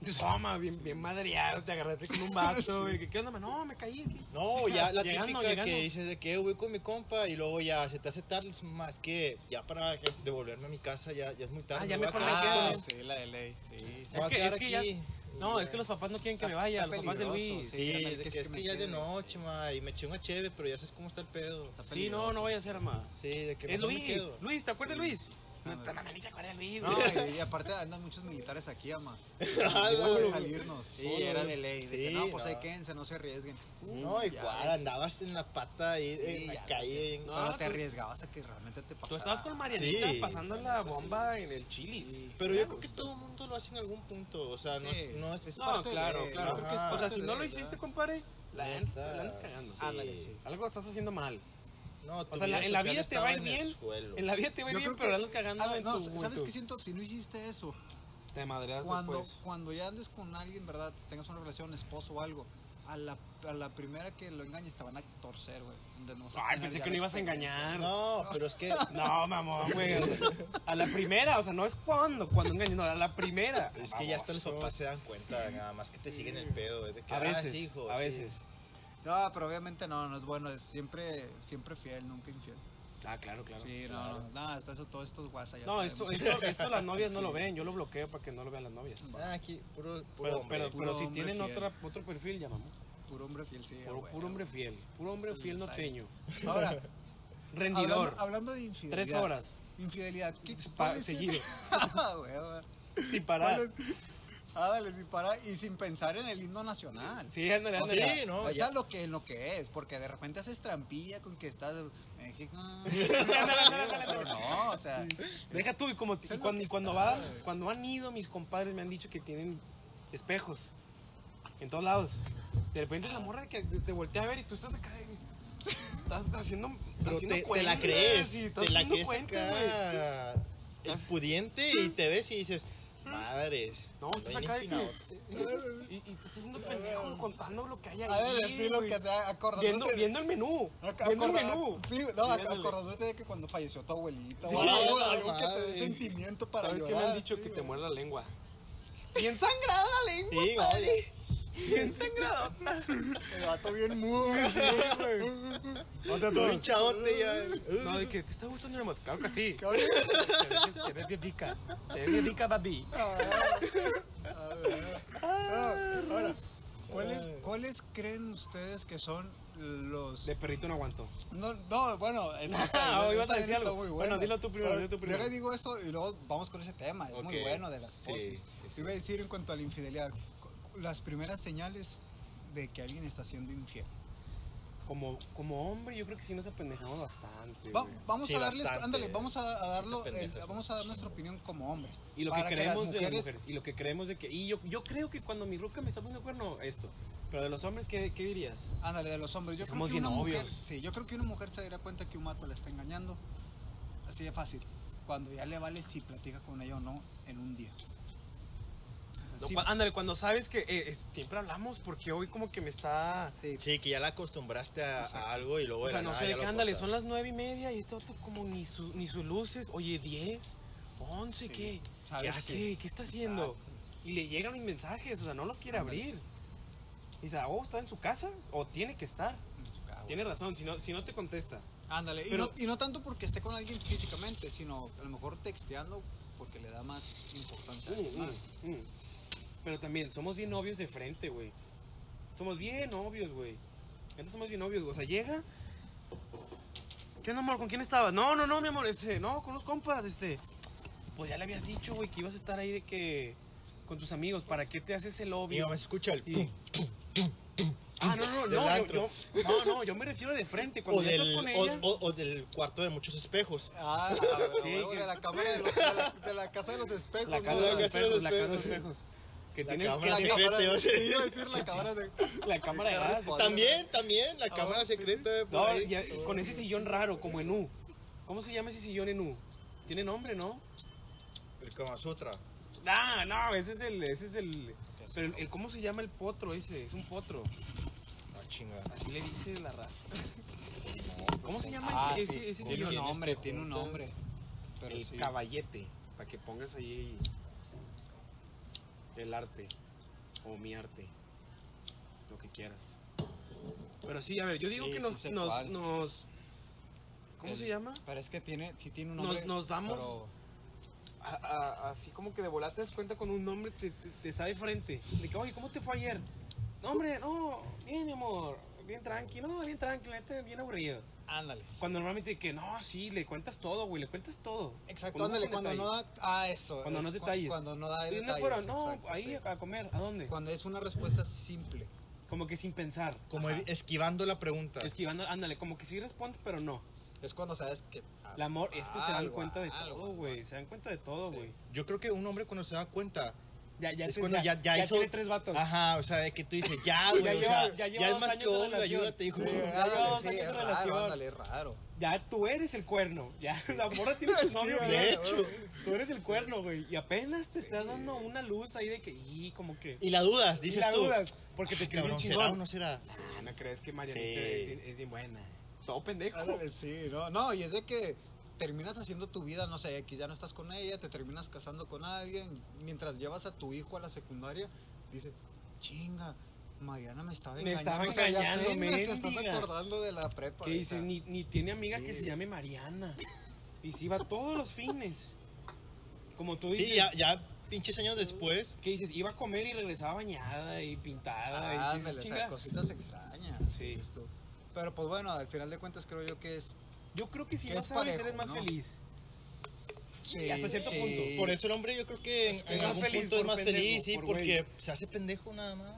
S3: Dices, "Ah, ma, bien, bien madreado, te agarraste con un vato. güey, que, ¿Qué onda, ma? No, me caí aquí.
S4: No, ya la
S3: Llegando,
S4: típica
S3: llegando.
S4: que dices de que voy con mi compa y luego ya se te hace tarde, es más que ya para devolverme a mi casa ya, ya es muy tarde.
S3: Ah, ya
S4: me
S3: me
S4: voy a
S3: Ah, quedé.
S4: quedar
S5: ah,
S4: con él.
S5: sí la de ley sí
S4: Me voy a
S3: que-
S4: quedar
S3: es que ya-
S4: aquí.
S3: No, es que los papás no quieren que me
S5: Ah, Está-
S3: vaya,
S5: está
S3: los papás de
S5: peligroso,
S3: Luis.
S5: sí.
S3: Sí,
S4: Sí,
S5: ya me-
S4: de
S5: que
S4: que
S5: es
S4: es
S5: que
S4: que
S5: me
S4: ya es de
S5: quede,
S4: noche, ma, y me eché una cheve, pero ya sabes cómo está el pedo.
S5: está
S3: no,
S5: peligroso.
S3: no vaya a ser, ma.
S4: Sí, de que
S3: Es
S4: mejor me
S3: Luis.
S4: quedo.
S3: Luis, ¿te acuerdas de Luis? No, no, no, ni se acuerda Luis.
S5: Ah, No,
S3: güey.
S5: y, y aparte andan muchos militares aquí, ama.
S4: la
S5: Tengo que
S4: verga.
S5: salirnos.
S4: Ah, Sí,
S5: Sí, era de ley. de que,
S4: sí,
S5: no, pues
S4: no.
S5: ahí quédense, no se arriesguen.
S4: No,
S5: Ya
S4: igual,
S5: ves.
S4: andabas en la pata ahí,
S5: Sí,
S4: en
S5: ya
S4: la
S5: ves,
S4: calle.
S5: sí.
S4: en-
S3: No,
S5: Pero te
S3: tú-
S5: arriesgabas a que realmente te pasara.
S3: Tú estabas con Marianita
S4: Sí.
S3: pasando la bomba en el chilis.
S4: Pero yo creo que todo el mundo lo hace en algún punto. O sea, no,
S5: Sí.
S4: es- no es.
S5: Es
S3: No,
S5: parte
S3: claro,
S5: de-
S3: claro.
S4: yo creo que es
S3: o sea,
S5: parte
S3: si no
S5: de,
S3: lo hiciste,
S5: ¿verdad?
S3: compadre, la
S4: Neta,
S3: andas la andas cagando.
S4: sí.
S5: Ándale, sí.
S3: Algo estás haciendo mal.
S4: No,
S3: O sea, la- en la vida te va a ir bien. En la vida te va a ir bien, pero la andas cagando
S5: ah,
S3: en
S5: no,
S3: tu
S5: ¿Sabes
S3: juventud. pues.
S5: qué siento? Si no hiciste eso,
S3: Te madreas
S5: cuando,
S3: después.
S5: cuando ya andes con alguien, ¿verdad? Que tengas una relación, esposo o algo, a la, a la primera que lo engañes te van a torcer, güey. donde no vas a
S3: Ay,
S5: tener
S3: pensé
S5: ya
S3: que
S5: la
S3: no ibas a
S5: experiencia.
S3: engañar.
S4: No, pero es que.
S3: No, mamón, güey. A la primera, o sea, no es cuando, cuando engaño, no, a la primera.
S4: Es que ya hasta los
S3: Baboso.
S4: papás se dan cuenta, nada más que te siguen el pedo. Es de que,
S3: A
S4: ah,
S3: veces,
S4: sí, hijo,
S3: a
S4: sí.
S3: veces.
S5: No, pero obviamente no, no es bueno. Es siempre, siempre fiel, nunca infiel.
S3: Ah, claro, claro.
S5: sí,
S4: claro.
S5: no, no. Nada, hasta eso, todos estos guasa ya
S3: No, esto,
S5: sabemos.
S3: esto, esto las novias no
S5: Sí.
S3: lo ven, yo lo bloqueo para que no lo vean las novias.
S4: Ah, aquí, puro, puro
S3: Pero,
S4: hombre.
S3: pero, pero si
S5: hombre
S3: tienen
S5: fiel.
S3: otra, otro perfil, ya mamón.
S5: Puro hombre fiel, sí.
S3: Puro,
S5: güey.
S3: puro hombre fiel, puro hombre
S5: Sí,
S3: fiel
S5: sí.
S3: norteño.
S5: Ahora,
S3: Rendidor.
S5: hablando, hablando de infidelidad.
S3: Tres horas.
S5: Infidelidad. ¿Qué
S3: Pa-
S5: cuál es el-
S3: seguido.
S5: Ah, güey, güey.
S3: Sin parar.
S5: ¿Cuál es- Ah, dale, sin parar y sin pensar en el himno nacional.
S3: Sí, ándale,
S5: O
S3: ándale.
S5: sea,
S4: Sí, no,
S5: o
S4: ya.
S5: sea, lo que, lo que es, porque de repente haces trampilla con que estás México. pero no, o sea.
S3: Deja tú, y como
S5: Sé lo
S3: cuando,
S5: que
S3: cuando,
S5: está,
S3: va-
S5: güey.
S3: cuando han ido, mis compadres me han dicho que tienen espejos en todos lados. De repente la morra que te voltea a ver y tú estás acá. güey. Estás haciendo,
S4: Pero
S3: haciendo
S4: te, te
S3: cuentas
S4: la crees,
S3: y estás
S4: te la
S3: haciendo
S4: crees
S3: cuentas, güey.
S4: acá el pudiente y te ves y dices, madres.
S3: No,
S4: lo
S3: estás
S4: bien
S3: acá de que.
S4: empinadote".
S3: Y, y te estás haciendo pendejo contando lo que hay ahí.
S5: A ver, sí, lo
S3: güey.
S5: que sea, acordándote.
S3: Viendo, viendo el menú.
S5: Ac-
S3: viendo el
S5: acorda-
S3: menú.
S5: sí, no, ac-
S3: Ándale.
S5: acordándote de que cuando falleció tu abuelita
S4: Sí,
S5: o algo,
S4: la
S5: algo que te dé
S4: madre.
S5: sentimiento para
S3: ¿Sabes qué
S5: llorar.
S3: me han dicho
S5: sí,
S3: que te
S5: güey.
S3: muerde la lengua? Bien sangrada la lengua,
S4: Sí,
S3: padre. Bien sangradota.
S5: El gato bien muy. sí,
S4: Todo hinchadote ya.
S3: No, de que te está gustando el moscado que sí.
S5: cabrón.
S3: Te ves- Te ves bien rica. Te ves bien rica, baby.
S5: Ah, Ahora, ¿cuáles, ¿cuáles creen ustedes que son los
S3: De perrito no aguanto.
S5: No, no, bueno, es que
S3: Ah,
S5: esta-
S3: ibas a
S5: esta
S3: decir
S5: está
S3: algo.
S5: muy
S3: Bueno,
S5: buena.
S3: dilo tú primero,
S5: Ah,
S3: dilo tú primero.
S5: deja, digo esto y luego vamos con ese tema, es muy
S4: Ok.
S5: bueno de las
S4: Sí,
S5: poses.
S4: sí,
S5: Iba a decir en cuanto a la infidelidad, cu- cu- las primeras señales de que alguien está siendo infiel.
S3: Como, como hombre, yo creo que sí nos apendejamos bastante.
S5: Va-
S3: güey.
S5: vamos
S4: Sí,
S5: a darles,
S4: bastante.
S5: ándale, vamos a, a darlo,
S4: Te
S5: el-
S4: pendejas
S5: vamos a dar nuestra opinión como hombres.
S3: Y lo que
S5: para las
S3: creemos de las
S5: mujeres-
S3: mujeres. Y lo que creemos de que. Y yo, yo creo que cuando mi ruca me está poniendo cuerno, esto. Pero de los hombres, ¿qué, qué dirías?
S5: Ándale, de los hombres. Yo
S3: Somos
S5: creo que
S3: bien
S5: una mujer,
S3: obvios.
S5: sí, yo creo que una mujer se dará cuenta que un mato la está engañando. Así de fácil. Cuando ya le vale si platica con ella o no en un día.
S3: Lo
S5: Sí,
S3: cual- ándale, cuando sabes que eh, es- siempre hablamos, porque hoy como que me está.
S5: sí.
S4: Sí, que ya la acostumbraste a, a algo y luego
S3: O
S4: de
S3: sea,
S4: la
S3: no
S4: nada
S3: sé,
S4: ya
S3: de
S4: lo
S3: qué, ándale,
S4: cortas.
S3: son las nueve y media y este otro como ni, su, ni sus luces. Oye, diez, once,
S5: Sí.
S3: ¿qué? ¿Qué
S5: ¿Sabes qué?
S3: hace? ¿Qué está haciendo?
S5: Exacto.
S3: Y le llegan mis mensajes, o sea, no los quiere
S5: Ándale.
S3: abrir. Y dice, oh, está en su casa o tiene que estar.
S5: En su cara,
S3: Tiene razón, si no, si no te contesta.
S5: Ándale, y,
S3: Pero-
S5: no, y no tanto porque esté con alguien físicamente, sino a lo mejor texteando porque le da más importancia a alguien
S3: Mm,
S5: más.
S3: mm, mm. Pero también, somos bien obvios de frente, güey. Somos bien obvios, güey. Entonces somos bien obvios, güey. O sea, llega. ¿Qué onda, amor? ¿Con quién estabas? No, no, no, mi amor. Este, no, con los compas, este. Pues ya le habías dicho, güey, que ibas a estar ahí de que. Con tus amigos, ¿para qué te haces el
S4: Mi
S3: obvio?
S4: mamá se escucha el
S3: Sí.
S4: pum.
S3: Ah, no, no,
S4: del
S3: no, yo,
S4: antro.
S3: yo- no, no, yo me refiero de frente. Cuando
S4: O
S3: ya estás
S4: del,
S3: con
S4: o,
S3: ella,
S4: o- o del cuarto de muchos espejos.
S5: Ah, a huevo,
S3: que-
S5: de la cámara de, los- de la, de la casa de los espejos.
S3: la
S5: ¿no?
S3: casa de los
S5: La-
S3: espejos, la casa de los espejos. Que
S4: La
S3: tiene
S5: la
S3: que-
S4: cámara secreta,
S5: cámara de-
S4: iba a decir.
S5: sí, iba a decir la cámara de.
S3: La cámara de
S5: Harry
S3: gas.
S5: Potter.
S4: También, también, la
S5: Ah,
S4: cámara
S5: bueno, sí,
S4: secreta de por
S3: No,
S4: ahí.
S3: ya- con ese sillón raro, como en U. ¿Cómo se llama ese sillón en U? Tiene nombre, ¿no?
S4: El Kama Sutra.
S3: Ah, no, ese es el, ese es el. Pero el, el- ¿cómo se llama el potro ese? Es un potro.
S4: Ah, chinga.
S3: Así le dice la raza. ¿Cómo se llama
S5: Ah,
S3: ese,
S5: sí,
S3: ese- ese
S5: tiene un
S3: sillón?
S5: nombre, tiene un nombre. Pero
S3: el
S5: sí.
S3: caballete. Para que pongas ahí el arte. O mi arte. Lo que quieras. Pero sí, a ver, yo digo
S5: Sí,
S3: que
S5: sí
S3: nos.
S5: sé
S3: nos,
S5: cuál.
S3: nos- ¿Cómo
S5: El-
S3: se llama?
S5: Pero es que tiene, sí tiene un
S3: Nos-
S5: nombre.
S3: nos damos-
S5: pero-
S3: a- a- así como que de volada te das cuenta con un nombre te, te- te está de frente. De que, oye, ¿cómo te fue ayer? No, hombre, no, bien, mi amor. bien tranqui, no, bien tranqui, la neta, bien aburrido.
S5: Ándale.
S3: Cuando normalmente que no, sí, le cuentas todo, güey, le cuentas todo.
S5: Exacto,
S3: Con un
S5: ándale,
S3: poco de
S5: cuando no
S3: detalle.
S5: da. Ah, eso.
S3: Cuando
S5: es
S3: no
S5: cu-
S3: detalles.
S5: Cuando no da
S3: Y
S5: detalles.
S3: no fueron, no,
S5: exacto,
S3: ahí
S5: sí.
S3: a comer, ¿a dónde?
S5: Cuando es una respuesta simple.
S3: Como que sin pensar.
S4: Como evi- esquivando la pregunta.
S3: Esquivando, ándale, como que sí respondes, pero no.
S5: Es cuando sabes que. ah,
S3: El amor, es que se dan
S5: algo,
S3: cuenta de
S5: algo,
S3: todo, güey. Se dan cuenta de todo,
S5: Sí.
S3: güey.
S4: Yo creo que un hombre cuando se da cuenta
S3: Ya, ya,
S4: es
S3: te-
S4: cuando ya, ya, hizo.
S3: tiene tres vatos.
S4: Ajá, o sea, de que tú dices, ya, güey,
S3: Ya
S4: o
S3: lleva-
S4: sea,
S3: ya
S4: ya,
S3: lleva dos
S4: es más
S3: años
S4: que
S3: de
S4: hombre,
S3: relación.
S4: ayúdate, hijo.
S5: Sí,
S3: llevamos
S5: ándale, sí,
S3: años de
S5: es raro,
S3: relación.
S5: ándale, es raro.
S3: Ya tú eres el cuerno. Ya la morra tiene su
S5: Sí,
S3: novio,
S5: güey.
S3: güey.
S4: De hecho,
S3: Tú eres el cuerno, güey. Y apenas te estás dando una luz ahí de que, y como que.
S4: y la dudas,
S3: Y
S4: dices
S3: la
S4: tú.
S3: dudas, porque te crees bien
S4: Cabrón, ¿será o
S3: chingón.
S4: no será?
S3: Ah, no crees que Marianita
S4: Sí.
S3: es, bien, es bien buena. Todo pendejo.
S5: Ándale, sí, no, no, y es de que terminas haciendo tu vida, no sé, X, ya no estás con ella, te terminas casando con alguien, mientras llevas a tu hijo a la secundaria, dices, chinga, Mariana me estaba
S3: Me
S5: engañando,
S3: estaba
S5: o sea, ya
S3: engañando,
S5: apenas te estás
S3: mendiga.
S5: acordando de la prepa.
S3: Que
S5: o
S3: dices,
S5: sea,
S3: ni, ni tiene amiga que se
S5: Sí.
S3: llame Mariana. Y si va todos los fines. Como tú dices.
S4: Sí, ya, ya pinches años después.
S3: Que dices, iba a comer y regresaba bañada y pintada. y dices,
S5: Ah, Ándale, o sea,
S3: "Chinga".
S5: cositas extrañas.
S3: Sí.
S5: dices tú. Pero pues bueno, al final de cuentas creo yo que es...
S3: Yo creo que si
S5: que
S3: más
S5: es
S3: sabes,
S5: parejo,
S3: eres más
S5: ¿no?
S3: feliz.
S5: Sí,
S3: hasta cierto punto,
S4: Por eso el hombre yo creo que en,
S5: Es que
S4: en
S5: es
S4: algún
S3: más feliz
S4: punto es
S3: por
S4: más
S3: pendejo,
S4: feliz, sí,
S3: por
S4: porque se hace pendejo nada más.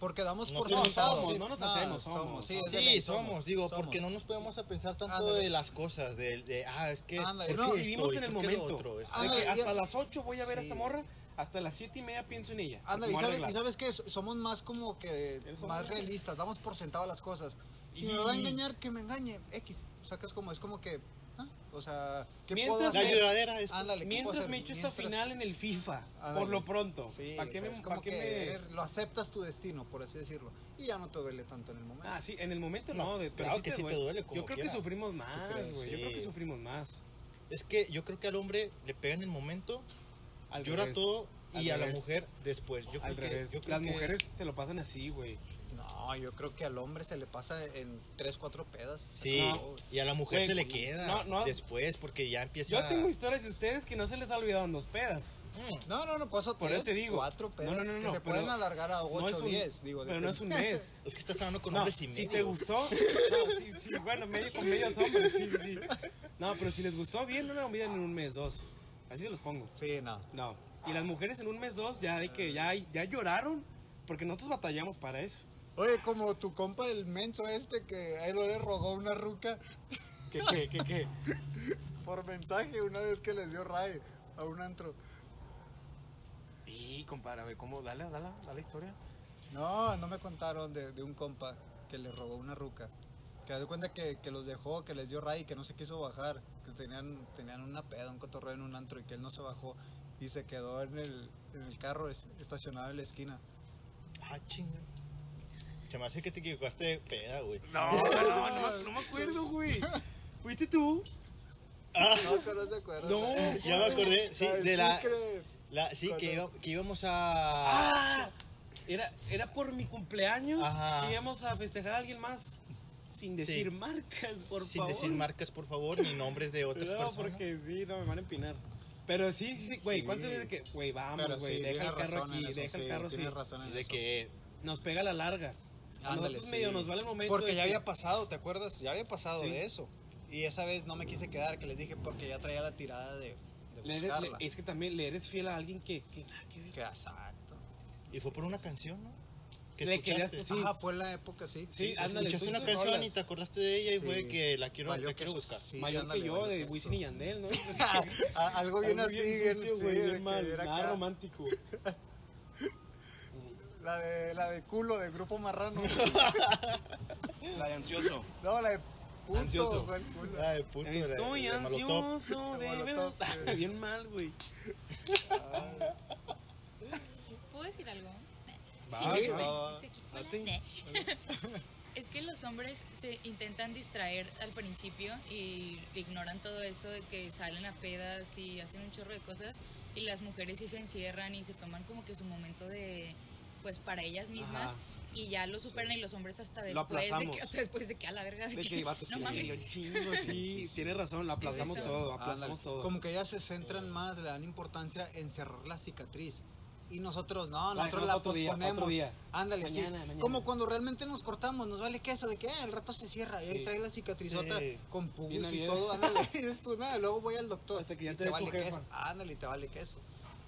S5: Porque damos
S4: No
S5: por
S4: somos,
S5: sentado. Ah,
S4: somos,
S3: no nos hacemos, somos,
S5: sí,
S3: somos.
S5: es de
S4: Sí,
S5: ley,
S4: somos, digo,
S5: somos.
S4: porque no nos podemos a pensar tanto
S5: Ándale.
S4: de las cosas, de, de, ah, es que...
S5: Ándale,
S4: ¿por
S5: no,
S4: qué
S3: Vivimos
S4: esto?
S3: en el
S4: ¿Por qué lo
S3: momento.
S4: otro? Es-
S5: Ah,
S3: De que
S5: Ándale,
S3: hasta
S5: y-
S3: las 8 voy a ver a esta
S5: Sí.
S3: morra, hasta las 7 y media pienso en ella.
S5: Ándale, y
S3: Como
S5: sabes,
S3: arreglar.
S5: y sabes que somos más como que
S3: Eres
S5: más
S3: hombre.
S5: realistas, damos por sentado las cosas. Si
S3: Y-
S5: me va a engañar, que me engañe, X. O sea, que es como, es como que, ah, o sea, ¿qué
S3: Mientras-
S5: puedo
S4: La
S5: hacer?
S4: lloradera es...
S5: Ándale, ¿qué puedo
S3: Mientras
S5: hacer?
S3: me echo esta
S5: Mientras-
S3: final en el FIFA,
S5: Ándale.
S3: por lo pronto.
S5: Sí,
S3: ¿Para qué
S5: o
S3: me.?
S5: sea, es
S3: pa'
S5: como
S3: qué
S5: que
S3: me-
S5: eres- lo aceptas tu destino, por así decirlo. Y ya no te duele tanto en el momento.
S3: Ah, sí, en el momento no.
S4: No,
S3: de- pero
S4: claro que sí te duele, como
S3: Yo creo
S4: quiera.
S3: que sufrimos más,
S5: crees?
S3: güey. Yo creo que
S4: Sí.
S3: sufrimos más.
S4: Es que yo creo que al hombre le pega en el momento,
S3: Al
S4: llora
S3: revés,
S4: todo y
S3: al
S4: a la
S3: revés,
S4: mujer después. Yo
S3: Al
S4: creo que,
S3: revés.
S4: yo creo
S3: Las
S4: que-
S3: mujeres se lo pasan así, güey.
S5: No, yo creo que al hombre se le pasa en 3, 4 pedas. y se
S4: Sí,
S5: acabó.
S4: y a la mujer
S3: Güey,
S4: se le
S3: no,
S4: queda
S3: no.
S4: después porque ya empieza...
S3: Yo tengo historias de ustedes que no se les ha olvidado en los pedas.
S4: Mm.
S5: No, no, no, por eso
S3: Por eso te
S5: tres,
S3: digo.
S5: cuatro
S3: No,
S5: pedas
S3: no, no,
S5: que
S3: no,
S5: se
S3: pero
S5: pueden alargar a
S3: no es
S5: 8 o
S3: un-
S5: 10, digo.
S3: Pero no es un
S5: depende.
S3: mes.
S4: Es que estás hablando con
S3: No,
S4: hombres y
S3: si
S4: medio.
S3: te gustó, no, sí, sí, bueno, medio con medios hombres, sí, sí, sí. No, pero si les gustó bien, no me olviden en un mes, dos. Así se los pongo.
S5: Sí, no.
S3: No. Y las mujeres en un mes, dos, ya de que ya, ya lloraron, porque nosotros batallamos para eso.
S5: Oye, como tu compa el menso este que a él le rogó una ruca
S3: ¿Qué, qué, qué, qué?
S5: por mensaje una vez que les dio ray a un antro.
S3: Y, compadre, a ver, ¿cómo? Dale, dale, dale historia.
S5: No, no me contaron de, de un compa que le robó una ruca. Que se cuenta que, que los dejó, que les dio ray, que no se quiso bajar, que tenían, tenían una peda, un cotorreo en un antro y que él no se bajó y se quedó en el, en el carro es- estacionado en la esquina.
S4: Ah, chinga. Se me hace que te equivocaste de peda, güey.
S3: No, no, no, no me acuerdo, güey. ¿Fuiste tú?
S5: No, que no se acuerdan.
S3: No.
S4: Ya me acordé, sí,
S5: El
S4: de la...
S5: secret.
S4: la- sí, que,
S5: Cuando-
S4: iba- que íbamos a...
S3: ¡Ah! Era, era por mi cumpleaños
S4: Ajá.
S3: y íbamos a festejar a alguien más. Sin decir
S4: Sí.
S3: marcas, por
S4: sin
S3: favor.
S4: decir marcas, por favor, ni nombres de otras
S3: No,
S4: personas.
S3: porque sí, no me van a empinar. Pero sí, sí, sí, güey,
S5: Sí.
S3: ¿cuántas veces que, güey, vamos,
S5: Pero
S3: güey,
S5: sí,
S3: deja
S5: tienes
S3: el carro
S5: razón en
S3: aquí,
S5: eso,
S3: deja el
S5: sí,
S3: carro así?
S5: tienes razón en
S4: De
S5: eso.
S4: que...
S3: Nos pega la larga. A
S5: Ándale,
S3: nosotros
S5: sí.
S3: medio nos vale el momento.
S5: Porque
S3: de
S5: ya
S3: que-
S5: había pasado, ¿te acuerdas? Ya había pasado
S3: Sí.
S5: de eso. Y esa vez no me quise quedar, que les dije, porque ya traía la tirada de, de
S3: le eres-
S5: buscarla.
S3: le- es que también le eres fiel a alguien que, que nada que ver.
S5: Que exacto.
S4: Y fue por una canción, ¿no? Que
S3: Le querías
S4: escuchaste.
S3: Sí.
S5: Ajá, fue la época, Ah, sí.
S3: Sí, ándale,
S4: escuchaste
S3: tú
S4: una
S3: dices
S4: canción
S3: rolas.
S4: y te acordaste de ella y
S5: Sí.
S4: fue que la quiero,
S5: Valió
S4: la quiero
S5: queso,
S4: buscar.
S5: sí,
S3: Mayor
S5: ándale,
S3: que yo,
S5: valió
S3: de
S5: queso.
S3: Wisin y Yandel, ¿no?
S5: Ah, Algo bien así, bien,
S3: sucio,
S5: sí,
S3: güey,
S5: de
S3: bien
S5: que
S3: mal,
S5: era
S3: nada
S5: acá.
S3: romántico.
S5: La de, la de culo, de grupo marrano.
S6: La de ansioso.
S5: no, la de punto,
S3: Ansioso.
S5: fue el culo.
S4: Ah, de puto, de-
S3: Estoy
S4: de Molotov.
S3: ansioso,
S5: De
S3: de verdad.
S5: Molotov, sí.
S3: Bien mal, güey.
S7: ¿Puedo decir algo?
S3: Va,
S7: Sí,
S3: va.
S5: va.
S7: sí, sí.
S3: No te-
S7: Hola. Es que los hombres se intentan distraer al principio y ignoran todo eso de que salen a pedas y hacen un chorro de cosas y las mujeres sí se encierran y se toman como que su momento de pues para ellas mismas
S3: Ajá.
S7: y ya lo superan y los hombres hasta
S3: Lo
S7: después de
S3: aplazamos.
S7: que hasta después de que a la verga de
S3: De que vato,
S7: no
S3: sí,
S7: mames.
S3: yo chingo, sí. Tienes razón, lo aplazamos
S7: eso.
S3: todo,
S5: Ándale.
S3: aplazamos todo.
S5: Como que ya se centran más, le dan importancia en cerrar la cicatriz. y nosotros no,
S3: La
S5: nosotros
S3: dejamos
S5: la
S3: otro día, otro
S5: posponemos.
S3: día.
S5: Ándale, sí.
S3: Mañana, mañana.
S5: Como cuando realmente nos cortamos, nos vale queso de que ah, el rato se cierra y ahí
S3: Sí.
S5: trae la cicatrizota
S4: Sí.
S5: con pus
S3: Bien
S5: y
S3: abierta.
S5: todo, ándale, dices tú, nada, luego voy al doctor
S3: Hasta que ya
S5: y
S3: te
S5: te,
S3: dé tu
S5: vale
S3: jefa.
S5: queso, ándale, y te vale queso.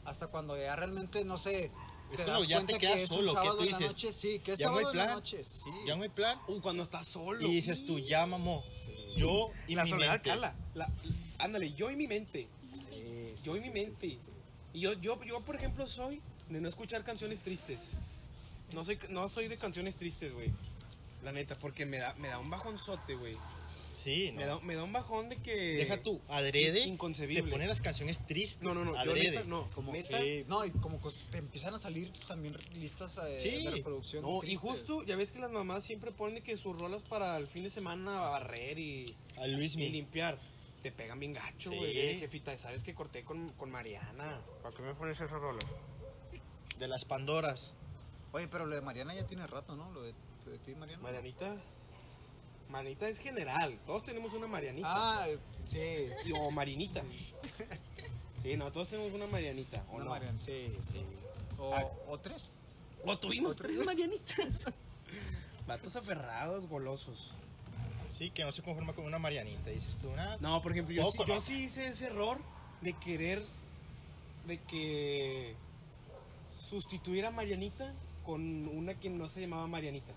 S5: Hasta cuando ya realmente, no sé,
S4: Es
S5: te
S4: cuando
S5: das
S4: ya te
S5: cuenta
S4: quedas
S5: que es
S4: solo,
S5: un
S4: que
S5: sábado
S4: tú
S5: en la
S4: dices,
S5: noche, sí, que es
S4: Ya no hay
S5: sábado en la
S4: plan,
S5: noche, sí.
S4: ya no hay plan.
S3: Uh, cuando estás solo.
S4: Y dices tú, ya mamó. Yo y
S3: la
S4: mi
S3: soledad
S4: mente.
S3: cala. La- ándale, yo y mi mente.
S5: Sí, sí,
S3: Yo y
S5: sí,
S3: mi
S5: sí,
S3: mente.
S5: sí, sí.
S3: Y yo, yo, yo, por ejemplo, soy de no escuchar canciones tristes. No soy, no soy de canciones tristes, güey. La neta, porque me da, me da un bajonzote, güey.
S4: Sí, no.
S3: Me, da, me da un bajón de que...
S4: Deja tú, adrede.
S3: Inconcebible.
S4: Te pone las canciones tristes.
S3: No, no, no. Yo
S4: Adrede.
S3: neta, no.
S5: Como
S3: neta,
S5: sí, no, y como cos- te empiezan a salir también listas eh,
S4: Sí.
S5: de reproducción.
S3: No, y
S5: tristes.
S3: justo, ya ves que las mamás siempre ponen que sus rolas para el fin de semana a barrer y,
S4: A Luis
S3: y
S4: mi.
S3: limpiar. Te pegan bien gacho,
S4: Sí.
S3: güey. Eh, Jefita, ¿sabes que corté con, con Mariana? ¿Para qué me pones esa rola?
S4: De las Pandoras.
S5: Oye, pero lo de Mariana ya tiene rato, ¿no? Lo de, lo de ti, Mariana.
S3: Marianita. Marianita es general. Todos tenemos una Marianita.
S5: Ah, sí.
S3: Y- O Marinita. Sí, no, todos tenemos una Marianita. ¿O
S5: Una
S3: no?
S5: Mariana, sí, sí. O,
S3: Ah.
S5: o tres.
S3: O tuvimos tres Marianitas. Vatos aferrados, golosos.
S4: Sí, que no se conforma con una Marianita. Dices tú, "Ah, una.
S3: No, por ejemplo, yo,
S4: Todo
S3: sí,
S4: con
S3: yo
S4: la-
S3: sí hice ese error de querer de que sustituir a Marianita con una que no se llamaba Marianita.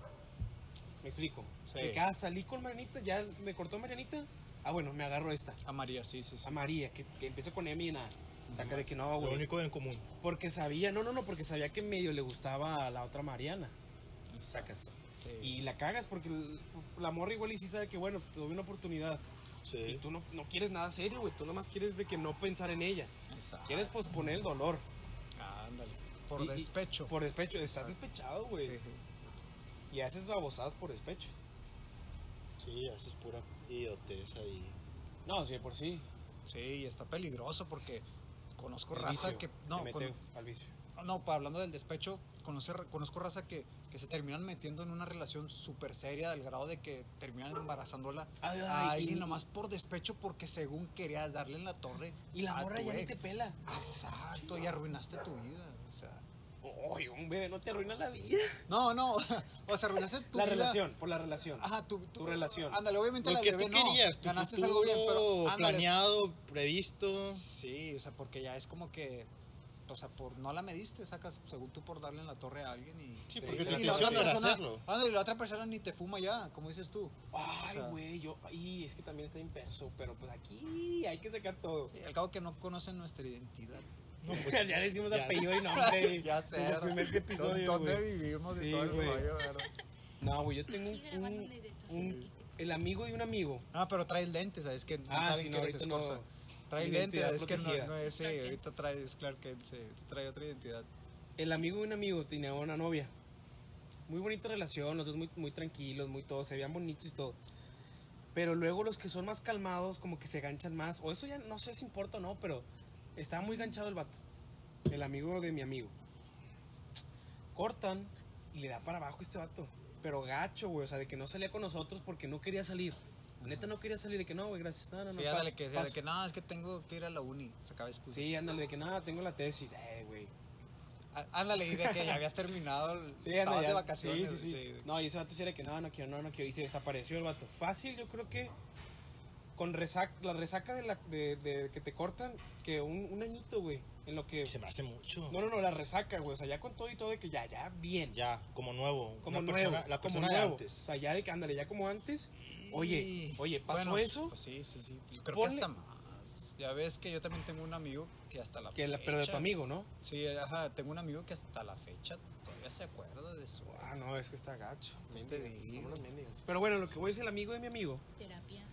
S3: Me explico.
S5: Sí.
S3: De que, ah, salí con Marianita, ya me cortó Marianita. Ah, bueno, me agarro esta.
S5: A María, sí, sí, sí.
S3: A María, que, que empieza con M y nada. Saca de que no,
S4: Lo
S3: güey.
S4: único en común.
S3: Porque sabía, no, no, no, porque sabía que medio le gustaba a la otra Mariana. Sacas. Ah, Y
S5: Sí.
S3: la cagas porque el- la morra igual y sí sabe que, bueno, te doy una oportunidad. Y
S4: Sí.
S3: tú no, no quieres nada serio, güey. Tú nomás quieres de que no pensar en ella.
S5: Exacto.
S3: Quieres posponer el dolor.
S5: Ah, ándale. Por
S3: Y- y-
S5: despecho.
S3: Por despecho. Estás
S5: Exacto.
S3: despechado, güey.
S5: Sí, sí.
S3: Y haces babosadas por despecho.
S4: Sí, haces pura idiotez ahí.
S3: No, sí, de por sí.
S5: Sí, y está peligroso porque conozco
S3: El
S5: raza
S3: vicio,
S5: que.
S3: se
S5: No,
S3: mete
S5: con-
S3: al vicio.
S5: Ah, No, pa- hablando del despecho, conocer, conozco raza que, que se terminan metiendo en una relación súper seria al grado de que terminan embarazándola
S3: Ah, Ay,
S5: a
S3: ay,
S5: alguien
S3: y-
S5: nomás por despecho porque según querías darle en la torre
S3: Y la
S5: a
S3: morra
S5: tu
S3: ya ni
S5: ex.
S3: te pela.
S5: Exacto, y arruinaste tu vida. O sea,
S3: Uy, un bebé, no te arruinas la vida.
S5: no, no, o sea, o sea, arruinaste tu
S3: la
S5: vida.
S3: relación, por la relación.
S5: Ajá, tu, tu,
S3: Tu relación.
S5: Ándale, obviamente
S4: Lo
S5: la
S4: que
S5: bebé
S4: tú
S5: no.
S4: querías, tu
S5: Ganaste algo bien, pero
S4: futuro
S5: ándale,
S4: planeado, previsto.
S5: Sí, o sea, porque ya es como que, o sea, por no la mediste, sacas según tú por darle en la torre a alguien y
S4: Sí,
S5: te-
S4: porque
S5: y
S4: tu
S5: la otra
S4: intención era
S5: persona,
S4: hacerlo.
S5: ándale, la otra persona ni te fuma ya, como dices tú.
S3: Ay,
S5: O sea,
S3: güey, yo. Y es que también está imperso, pero pues aquí hay que sacar todo.
S5: sí, al cabo que no conocen nuestra identidad.
S4: No, pues,
S3: ya decimos
S4: ya.
S3: apellido y nombre.
S5: ya sé,
S3: desde el
S5: ¿verdad?
S3: primer episodio,
S5: ¿dónde
S3: güey.
S5: vivimos y
S3: Sí,
S5: todo el
S3: güey.
S5: rollo, ¿verdad?
S3: No, güey, yo tengo un,
S7: Aquí grabando
S3: un-
S7: desde tu
S3: un- el amigo de un amigo.
S5: Ah, pero trae lentes, ¿sabes? Que no
S3: Ah,
S5: saben
S3: sí, no,
S5: que eres
S3: ahorita no.
S5: escorza. Trae lentes,
S3: Identidad
S5: es que no,
S3: protegida.
S5: no es, sí, ahorita trae, es claro que él se trae otra identidad.
S3: El amigo de un amigo tenía una novia. Muy bonita relación, los dos muy, muy tranquilos, muy todo, se veían bonitos y todo. Pero luego los que son más calmados, como que se ganchan más. O eso ya no sé si importa o no, pero estaba muy ganchado el vato. El amigo de mi amigo. Cortan y le da para abajo este vato. Pero gacho, güey. O sea, de que no salía con nosotros porque no quería salir. Neta no quería salir, de que no, güey, gracias. No, no, no.
S5: sí, ándale,
S3: paso,
S5: que,
S3: paso.
S5: ándale, que pues, no, es que tengo que ir a la uni, se acaba excusa.
S3: Sí, ándale, de que nada, tengo la tesis. Eh, güey.
S5: Á- Ah, Ándale, y de que ya habías terminado, el-
S3: Sí, anda,
S5: estabas
S3: ya.
S5: de vacaciones.
S3: Sí, sí, sí.
S5: sí.
S3: No, y ese vato sí era que no, no quiero, no, no quiero. Y se desapareció el vato. Fácil, yo creo que con resaca, la resaca de, la, de, de que te cortan, que un, un añito, güey. En lo que.
S4: se me hace mucho.
S3: No, no, no, la resaca, güey. O sea, ya con todo y todo de que ya, ya, bien.
S4: Ya, como nuevo.
S3: Como
S4: una
S3: nuevo.
S4: persona- la
S3: como
S4: persona de
S3: nuevo.
S4: antes.
S3: O sea, ya de que ándale, ya como antes. Oye, oye, ¿pasó
S5: Bueno,
S3: eso?
S5: Pues sí, sí, sí. Yo creo
S3: Ponle-
S5: que hasta más. Ya ves que yo también tengo un amigo que hasta la
S3: que la,
S5: fecha.
S3: pero de tu amigo, ¿no?
S5: Sí, ajá, tengo un amigo que hasta la fecha todavía se acuerda de su.
S3: Ah, no, es que está gacho.
S5: No te
S3: Mendigos,
S5: digo.
S3: son unos mendigos. Pero bueno, lo que voy es el amigo de mi amigo.
S7: Terapia.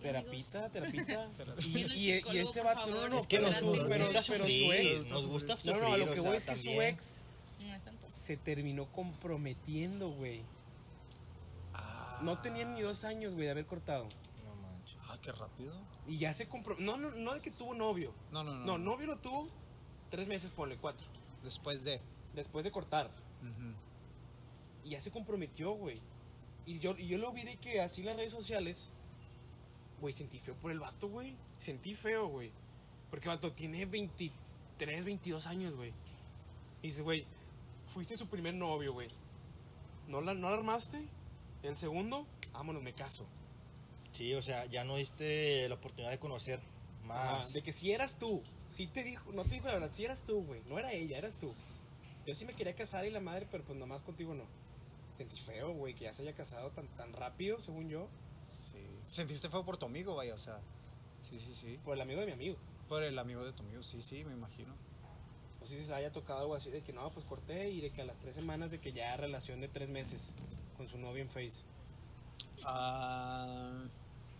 S7: Terapia. amigos.
S3: Terapita, terapita.
S5: Terapia.
S3: y,
S7: Viendo el
S3: y- y
S7: psicólogo,
S3: este
S7: por
S3: vato, no,
S7: favor,
S3: no,
S7: Es que
S3: pero
S7: nos-
S3: su-
S7: nos
S3: pero-
S7: gusta
S3: pero su ex.
S4: nos gusta
S3: No,
S4: sufrir.
S3: no, a lo que
S4: o
S3: voy
S4: sea,
S3: es que su
S4: también.
S3: ex
S7: No es tanto.
S3: se terminó comprometiendo, güey.
S5: Ah,
S3: No tenían ni dos años, güey, de haber cortado.
S4: No manches.
S5: Ah, qué rápido.
S3: Y ya se comprometió. No, no, no de que tuvo novio.
S5: No, no, no.
S3: No, novio lo tuvo tres meses, ponle cuatro.
S5: Después de.
S3: Después de cortar.
S5: Ujú.
S3: Y ya se comprometió, güey. Y yo, y yo lo vi de que así las redes sociales, güey, sentí feo por el vato, güey. Sentí feo, güey. Porque el vato tiene 23, 22 años, güey. Y dices, güey, fuiste su primer novio, güey. ¿No la, ¿No la armaste? El segundo, vámonos, me caso.
S4: Sí, o sea, ya no diste la oportunidad de conocer
S3: Ajá,
S4: más.
S3: de que si eras tú. Si te dijo, no te dijo la verdad, si eras tú, güey. No era ella, eras tú. Yo sí me quería casar y la madre, pero pues nomás contigo no. Sentí feo, güey, que ya se haya casado tan, tan rápido, según yo,
S5: Sí. Sentiste feo por tu amigo, vaya, o sea. Sí, sí, sí.
S3: por el amigo de mi amigo.
S5: Por el amigo de tu amigo, sí, sí, me imagino.
S3: No sé si se haya tocado algo así de que no, pues corté y de que a las tres semanas de que ya relación de tres meses con su novio en Face.
S5: Ah,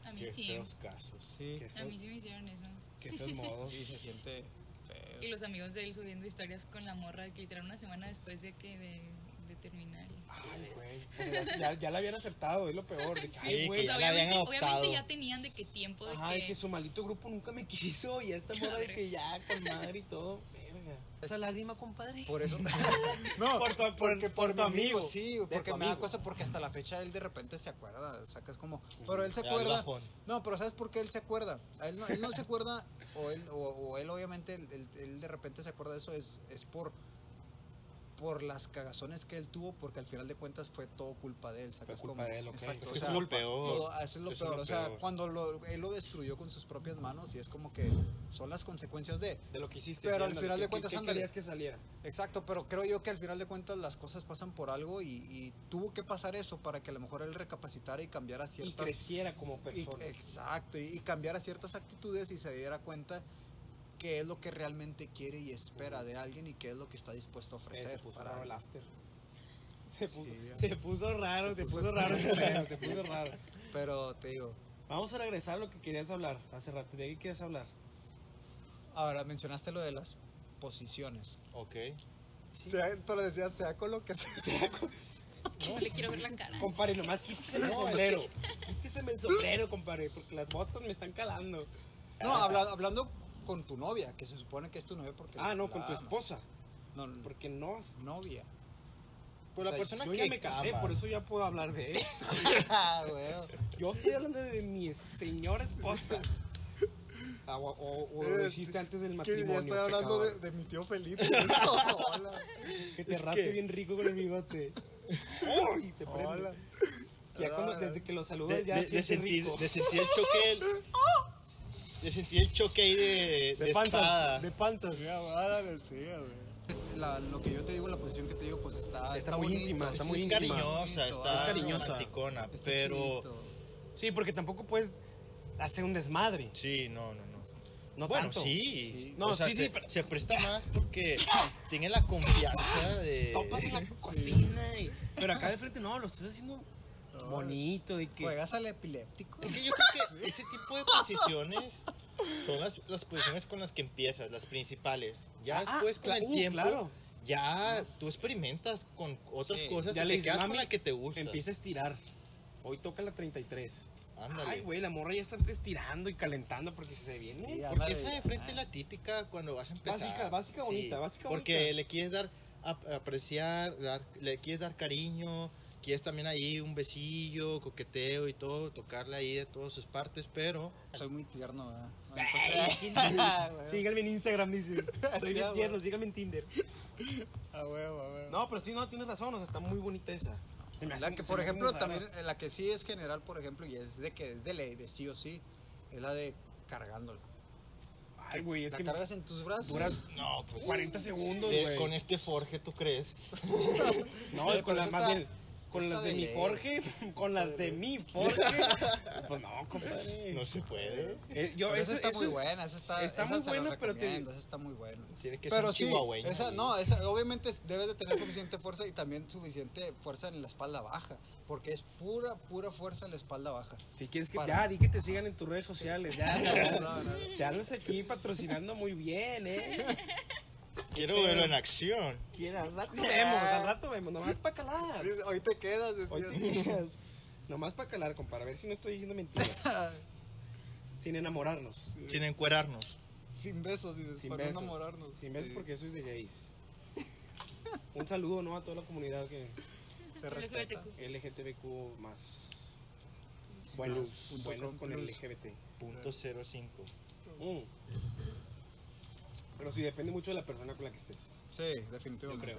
S7: A mí
S4: Qué
S7: sí.
S4: feos casos.
S5: sí.
S3: Qué
S7: A mí
S3: feos,
S7: sí me hicieron eso.
S3: qué feos modos.
S5: Y se siente
S7: Y
S5: feo.
S7: los amigos de él subiendo historias con la morra, de que literal una semana después de que de, de terminar. y-
S3: Ay, güey. pues ya, ya- ya la habían aceptado, es lo peor. De que, ay,
S4: que
S3: güey.
S4: ya la habían
S7: Pues obviamente, obviamente
S4: adoptado.
S7: ya tenían de qué tiempo de
S3: Ajá, de
S7: que,
S3: que su maldito grupo nunca me quiso y esta moda de
S7: Madre.
S3: que ya con madre y todo. Verga. Esa lágrima, compadre.
S5: Por eso. no,
S3: Por tu- por-
S5: porque por,
S3: por
S5: mi
S3: tu
S5: amigo,
S3: amigo.
S5: sí,
S3: De
S5: porque
S3: tu
S5: me da
S3: amigo.
S5: cosa, porque hasta la fecha él de repente se acuerda, sacas como. Pero él se
S4: Te da el
S5: acuerda.
S4: bajón.
S5: No, pero ¿sabes por qué él se acuerda? A él no, él no se acuerda, o él, o, o él obviamente, él, él- él de repente se acuerda de eso, es, es por, por las cagazones que él tuvo, porque al final de cuentas fue todo culpa de él, ¿sacas
S3: culpa
S5: cómo?
S3: de él, ok.
S5: Exacto,
S4: Es ah.
S5: o
S4: que eso
S5: sea,
S4: es lo peor.
S5: todo- eso es lo
S4: Eso
S5: peor, o sea, cuando lo- él lo destruyó con sus propias manos y es como que son las consecuencias de...
S3: De lo que hiciste. sí,
S5: Pero al
S3: ándale,
S5: final de
S3: ¿qué- qué-
S5: cuentas,
S3: qué
S5: ándale.
S3: querías que saliera?
S5: Exacto, pero creo yo que al final de cuentas las cosas pasan por algo y, y tuvo que pasar eso para que a lo mejor él recapacitara y cambiara
S3: Y
S5: ciertas...
S3: creciera como
S5: Y-
S3: persona. Eh,
S5: exacto, y, y cambiara ciertas actitudes y se diera cuenta que es lo que realmente quiere y espera de alguien y qué es lo que está dispuesto a
S3: Eh, se
S5: ofrecer.
S3: puso
S5: para
S3: raro el
S5: alguien.
S3: after. Se puso,
S5: ya.
S3: se puso raro, se
S5: puso
S3: puso raro, el pedo, se puso raro.
S5: Pero te digo,
S3: Vamos a regresar a lo que querías hablar hace rato. ¿De qué querías hablar?
S5: ahora mencionaste lo de las posiciones.
S4: Ok.
S5: Sea- pero decías, sea con lo que sea.
S7: no le quiero ver la cara.
S3: Compadre, nomás quítese el
S4: No, es
S3: sombrero. Quíteseme el sombrero, compadre, porque las botas me están calando.
S5: No, habla- hablando con tu novia, que se supone que es tu novia porque...
S3: Ah, no,
S5: la
S3: con tu
S5: amas.
S3: esposa.
S5: No, no,
S3: Porque no. Pues
S5: novia.
S4: Pues la persona
S3: yo
S4: que
S3: ya me casé,
S4: amas.
S3: por eso ya puedo hablar de eso.
S5: Ah, güey.
S3: Yo estoy hablando de mi señora esposa. Ah, O, o- o lo hiciste antes del
S5: Este, Que
S3: matrimonio.
S5: ya estoy hablando de,
S3: pecador.
S5: de mi tío Felipe. Hola.
S3: Que te
S4: Es
S3: rape
S4: que-
S3: bien rico con el bigote. ¡Uy! Te prende.
S5: Hola.
S3: Ya cuando,
S5: Hola.
S3: desde que lo
S4: De,
S3: saludas ya
S4: de- de
S3: sientes
S4: sentir,
S3: rico.
S4: de sentir el choque. el- ¡Ah! de sentir el choque ahí de,
S3: De
S4: de espada.
S3: panzas, de panzas.
S5: Este, la- lo que yo te digo, la posición que te digo, pues está,
S3: Está muy
S5: bonito,
S3: íntima,
S5: es-
S3: está
S5: es
S3: muy
S4: es
S3: íntima.
S4: cariñosa,
S5: bonito,
S4: está
S5: ah,
S3: cariñosa,
S4: romanticona,
S5: está
S4: pero
S5: chidito.
S3: Sí, porque tampoco puedes hacer un desmadre.
S4: sí, no, no, no.
S3: No
S4: bueno,
S3: tanto.
S4: sí.
S3: No,
S4: o sea,
S3: sí, sí,
S4: se,
S3: pero-
S4: se presta más porque tiene la confianza de
S3: Topas en la cocina. y- Pero acá de frente no, lo estás haciendo bonito. De que,
S5: ¿Juegas al epiléptico?
S4: Es que yo creo que ese tipo de posiciones son las, las posiciones con las que empiezas, las principales. Ya
S3: Ah,
S4: después con
S3: cla-
S4: el
S3: uh,
S4: tiempo,
S3: claro.
S4: ya tú experimentas con otras
S5: Sí.
S4: cosas
S3: ya
S4: y
S3: le
S4: te
S3: dices,
S4: quedas con
S3: mami,
S4: la que te gusta.
S3: empieza a estirar. Hoy toca la 33.
S4: Ándale.
S3: Ay, güey, la morra ya está estirando y calentando porque se viene.
S5: Sí,
S4: Porque
S5: ándale.
S4: esa de frente es la típica cuando vas a empezar.
S3: Ah. Básica, básica, bonita, básica,
S4: Porque
S3: bonita.
S4: le quieres dar a- apreciar, dar- le quieres dar cariño, quieres también ahí un besillo, coqueteo y todo, tocarle ahí de todas sus partes, pero
S5: Ah, Soy muy tierno, ¿verdad?
S3: Ay,
S5: Entonces- Ah, güey.
S3: Síganme en Instagram, dices. Soy
S5: Sí,
S3: bien
S5: ah,
S3: tierno,
S5: güey.
S3: síganme en Tinder.
S5: Ah, huevo, ah, huevo.
S3: No, pero sí, no, tienes razón, o sea, está muy bonita esa. Se me
S5: La
S3: hace-
S5: que,
S3: se
S5: por
S3: me hace
S5: ejemplo,
S3: muy rara.
S5: también, eh, la que sí es general, por ejemplo, y es de que es de ley, de sí o sí, es la de cargándola.
S3: Ay, güey, es
S5: la
S3: que
S5: cargas en tus brazos.
S3: duras
S4: no, pues
S3: 40 segundos,
S4: de-
S3: güey.
S4: con este forje tú crees.
S3: No,
S5: Pero
S3: con las
S5: eso
S3: más
S5: está-
S3: bien. Con
S5: está
S3: las de
S5: de
S3: mi
S5: ley.
S3: Jorge, con las de mi Jorge. Pues no, compadre.
S4: No se puede.
S3: Eh, yo,
S5: Pero
S3: eso-
S5: esa está
S3: eso
S5: muy
S3: es-
S5: buena, esa está,
S3: está
S5: esa
S3: muy
S5: se la
S3: buena, pero te-
S5: recomiendo, esa está muy buena.
S4: Tiene que ser
S5: pero
S4: un
S5: sí,
S4: chihuahueño,
S5: esa,
S4: güey.
S5: no, esa obviamente es- debe de tener suficiente fuerza y también suficiente fuerza en la espalda baja, porque es pura, pura fuerza en la espalda baja.
S3: Si quieres que.
S5: Para.
S3: Ya, di que te sigan en tus redes sociales. Ya, ya,
S5: No, no,
S3: Te andas aquí patrocinando muy bien, ¿eh?
S4: Quiero verlo en acción.
S3: Quiera, al rato vemos, al rato vemos. Nomás para calar.
S5: Dice, Hoy te quedas, decía.
S3: Hoy te quedas. Nomás para calar, compadre. A ver si no estoy diciendo mentiras. Sin enamorarnos.
S4: Sin encuerarnos.
S5: Sin besos, dices,
S3: Sin
S5: para
S3: besos.
S5: no enamorarnos.
S3: Sin besos
S5: Sí,
S3: porque eso es de gays. Un saludo, ¿no? A toda la comunidad que.
S5: se respeta.
S3: LGTBQ más. Buenos,
S5: punto
S3: buenos
S5: com
S3: con
S5: plus.
S3: el LGBT.
S4: Punto 05.
S3: Mm. Pero sí depende mucho de la persona con la que estés.
S5: Sí,
S3: Yo
S5: definitivamente.
S3: creo.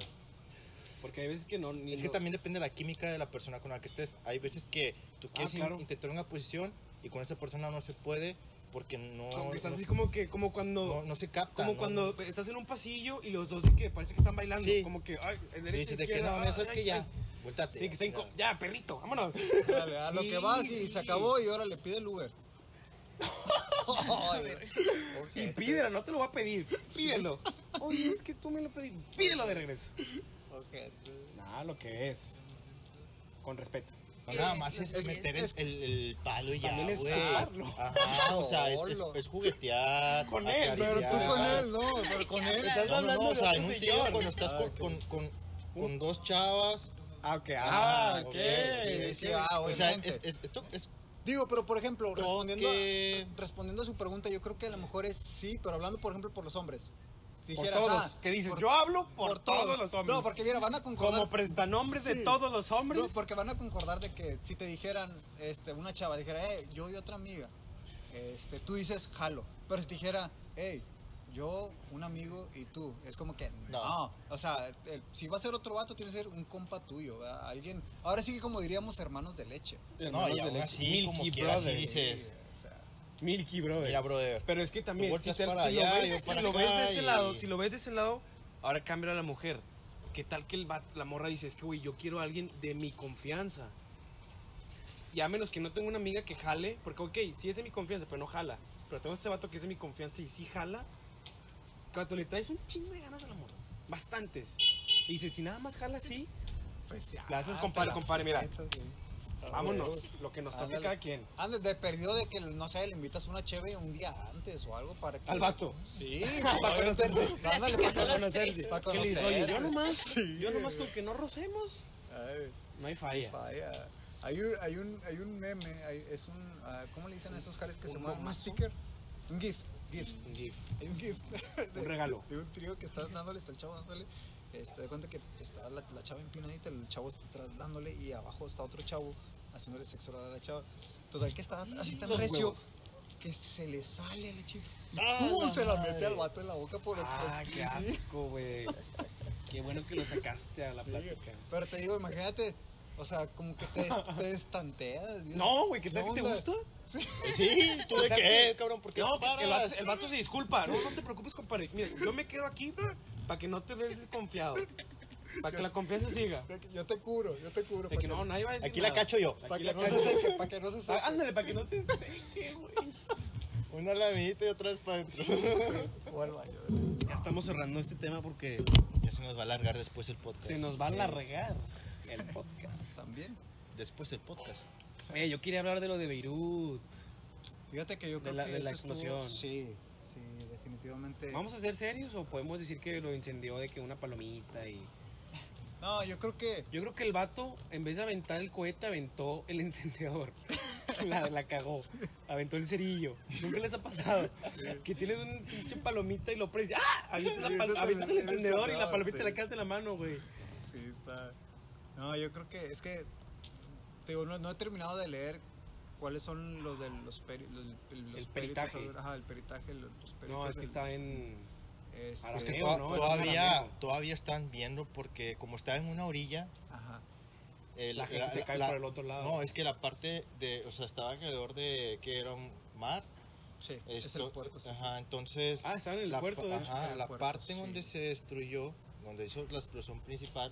S3: Porque hay veces que no. Ni
S4: Es que
S3: no-
S4: también depende de la química de la persona con la que estés. Hay veces que tú
S3: Ah,
S4: quieres in-
S3: claro.
S4: intentar una posición y con esa persona no se puede porque no,
S3: Aunque estás
S4: no,
S3: así como que. Como cuando.
S4: no- no se capta.
S3: Como
S4: no-
S3: cuando estás en un pasillo y los dos de que parece que están bailando.
S4: Sí.
S3: Como que, ay,
S4: no-
S3: derecha,
S4: dices de que
S3: izquierda,
S4: no,
S3: ay,
S4: no, sabes
S3: ay,
S4: que ya,
S3: ay.
S4: vuéltate.
S3: Sí, que está inco- Ya, perrito, vámonos.
S5: Dale, a lo
S3: Sí,
S5: que vas y
S3: sí.
S5: se acabó y ahora le pide el Uber. Ay,
S3: Y
S5: ojete,
S3: pídelo, no te lo voy a pedir. Pídelo. Oye, es que tú me lo pedí. Pídelo de regreso.
S5: ojete.
S3: Nah, Ah, lo que es. Con respeto.
S4: No, nada más es,
S5: Es-
S4: meter
S5: es-
S4: el, el- el palo y ya,
S3: También es
S4: güey.
S3: darlo.
S4: Ajá, o sea, es, es-
S5: Solo.
S4: es juguetear.
S3: Con él.
S5: Pero tú con
S4: acariciar.
S5: él, no, pero con él.
S7: Estás
S4: No, no, no, o sea,
S3: otro
S4: en un trío
S3: señor.
S4: cuando estás
S5: Ah,
S4: con,
S5: ok.
S4: con, con, con dos chavas.
S3: Ah, ok.
S5: Ah,
S3: Ah,
S5: ok.
S3: ok.
S5: Sí, sí, ah,
S4: O sea,
S5: obviamente.
S4: es, es, esto es
S5: Digo, pero por ejemplo, respondiendo
S4: Toque.
S5: a, respondiendo a su pregunta, yo creo que a lo mejor es sí, pero hablando por ejemplo por los hombres. Si
S3: Por
S5: dijeras,
S3: todos.
S5: ah,
S3: ¿Qué dices?
S5: por-
S3: Yo hablo por, todos. los hombres.
S5: No, porque mira, van a concordar.
S3: Como prestanombres
S5: Sí.
S3: de todos los hombres.
S5: No, porque van a concordar de que si te dijeran, este, una chava dijera, hey, yo y otra amiga, este, tú dices jalo. Pero si te dijera, hey, yo, un amigo y tú, es como que no.
S4: No.
S5: O sea, el- si va a ser otro vato, tiene que ser un compa tuyo, ¿verdad? Alguien. Ahora sí que como diríamos hermanos de leche.
S4: No,
S3: Hermanos
S4: y
S3: de
S4: aún
S3: leche.
S4: así, como
S3: Milky
S4: quieras, sí
S3: Brothers.
S4: dices,
S5: o sea,
S3: Milky Brothers.
S4: mira, brother,
S3: Pero es que también, si,
S4: volteas
S3: te-
S4: para
S3: si lo
S4: allá,
S3: ves,
S4: yo
S3: si
S4: para
S3: lo
S4: acá
S3: ves de ese
S4: y-
S3: lado, si lo ves de ese lado, ahora cambia a la mujer. ¿Qué tal que el vato- la morra dice, es que, güey, yo quiero a alguien de mi confianza? Y a menos que no tenga una amiga que jale, porque, ok, sí es de mi confianza, pero no jala. Pero tengo este vato que es de mi confianza y sí jala. Cuando le traes un chingo de ganas al amor, bastantes. Y dices, si nada más jala así,
S5: pues ya.
S3: La haces compadre,
S5: te la
S3: compadre, mira.
S5: aprietas, sí.
S3: vámonos, lo que nos toque
S5: Ándale.
S3: cada quien.
S5: Ande, Ah, de perdido de que, no sé, le invitas una cheve un día antes o algo para que...
S3: Al vato.
S5: Sí.
S3: Para
S5: obviamente.
S3: conocerse.
S5: Ándale, para
S7: Para
S5: conocerse.
S7: conocerse.
S5: Para
S3: ¿Qué le dices? Oye, yo
S5: conocerse.
S3: nomás,
S5: Sí,
S3: yo nomás
S5: güey.
S3: con que no rocemos,
S5: Ay,
S3: no hay falla.
S5: vaya. Hay un, hay un, hay un meme, hay- es un... ah, ¿Cómo le dicen a esos jales que se
S3: ¿Un
S5: mueven? ¿Un
S3: mamazo?
S5: sticker? Un gift, gift.
S3: Un gif.
S5: Hay un gift.
S3: Un regalo.
S5: De un trío que está dándole, está el chavo dándole. Este, de cuenta que está la, la chava empinadita, el chavo está atrás dándole y abajo está otro chavo haciéndole sexo oral a la chava. Total, que está así tan
S3: Los
S5: recio
S3: huevos.
S5: que se le sale al chico. Y
S4: ¡Ah,
S5: ¡pum!
S4: la
S5: se la
S4: madre!
S5: mete al vato en la boca por el
S3: Ah,
S5: por-
S3: qué
S5: sí,
S3: asco, güey. Qué bueno que lo sacaste a la
S5: sí.
S3: plática.
S5: Pero te digo, imagínate, o sea, como que te, des- te estanteas. dices,
S3: No, güey, ¿qué tal que te
S5: onda?
S3: gusta?
S4: sí, tú de
S3: ¿Qué tal
S4: qué,
S3: que-
S4: cabrón, ¿por qué
S3: No,
S4: no,
S3: que- que el vato,
S4: paras?
S3: el vato se disculpa. No, no te preocupes, compadre. Mira, yo me quedo aquí para que no te des desconfiado. Para que la confianza siga.
S5: De que Yo te curo, yo te curo.
S3: De
S5: para
S3: que no, nadie va a decir
S4: Aquí la
S3: nada.
S4: cacho yo.
S5: para
S3: Aquí
S5: que
S3: la
S5: no
S3: cacho.
S5: se seque, para que no se seque.
S3: Ah, Ándale, para que no se seque, güey.
S4: Una lamidita y otra vez para adentro.
S5: O al baño.
S3: Ya estamos cerrando este tema porque
S4: Ya se nos va a alargar después el podcast.
S3: se nos va a largar el podcast.
S5: También.
S4: Después el podcast.
S3: Oye, yo quería hablar de lo de Beirut.
S5: Fíjate que yo
S3: De
S5: creo
S3: la-
S5: que
S3: de la
S5: eso estuvo-
S3: explosión.
S5: sí, sí, definitivamente.
S3: ¿Vamos a ser serios o podemos decir que lo incendió de que una palomita y...
S5: No, yo creo que
S3: Yo creo que el vato, en vez de aventar el cohete, aventó el encendedor. La, la cagó. Aventó el cerillo. Nunca les ha pasado. Que tienes un pinche palomita y lo prendes. ¡Ah! Avientas, la pal-
S5: Avientas el-
S3: avientas el
S5: el
S3: encendedor y la
S5: encendedor,
S3: palomita
S5: sí.
S3: la quedas de la mano, güey.
S5: sí está. No, yo creo que es que te digo, no, no he terminado de leer cuáles son los de los, peri- los, los
S3: El
S5: peritos,
S3: peritaje.
S5: ajá, el peritaje, los, los peritos
S3: No, es que
S5: del-
S3: está en.
S5: este,
S3: a la
S4: Es que
S3: Creo,
S4: toda-
S3: ¿no?
S4: todavía,
S3: Está
S4: todavía están viendo porque como está en una orilla,
S5: ajá.
S4: el-
S3: La gente se cae por el otro lado. Eh,
S4: No, eh, es que la parte de, o sea, estaba alrededor de que era un mar.
S5: Sí, es
S4: Esto-
S5: el puerto. sí, sí.
S4: Ajá, entonces.
S3: Ah, estaba en el
S4: la,
S3: puerto, de
S4: pa-
S3: hecho.
S4: ajá,
S5: En el
S4: la
S5: puerto,
S4: parte
S5: sí.
S4: en donde se destruyó, donde hizo la explosión principal,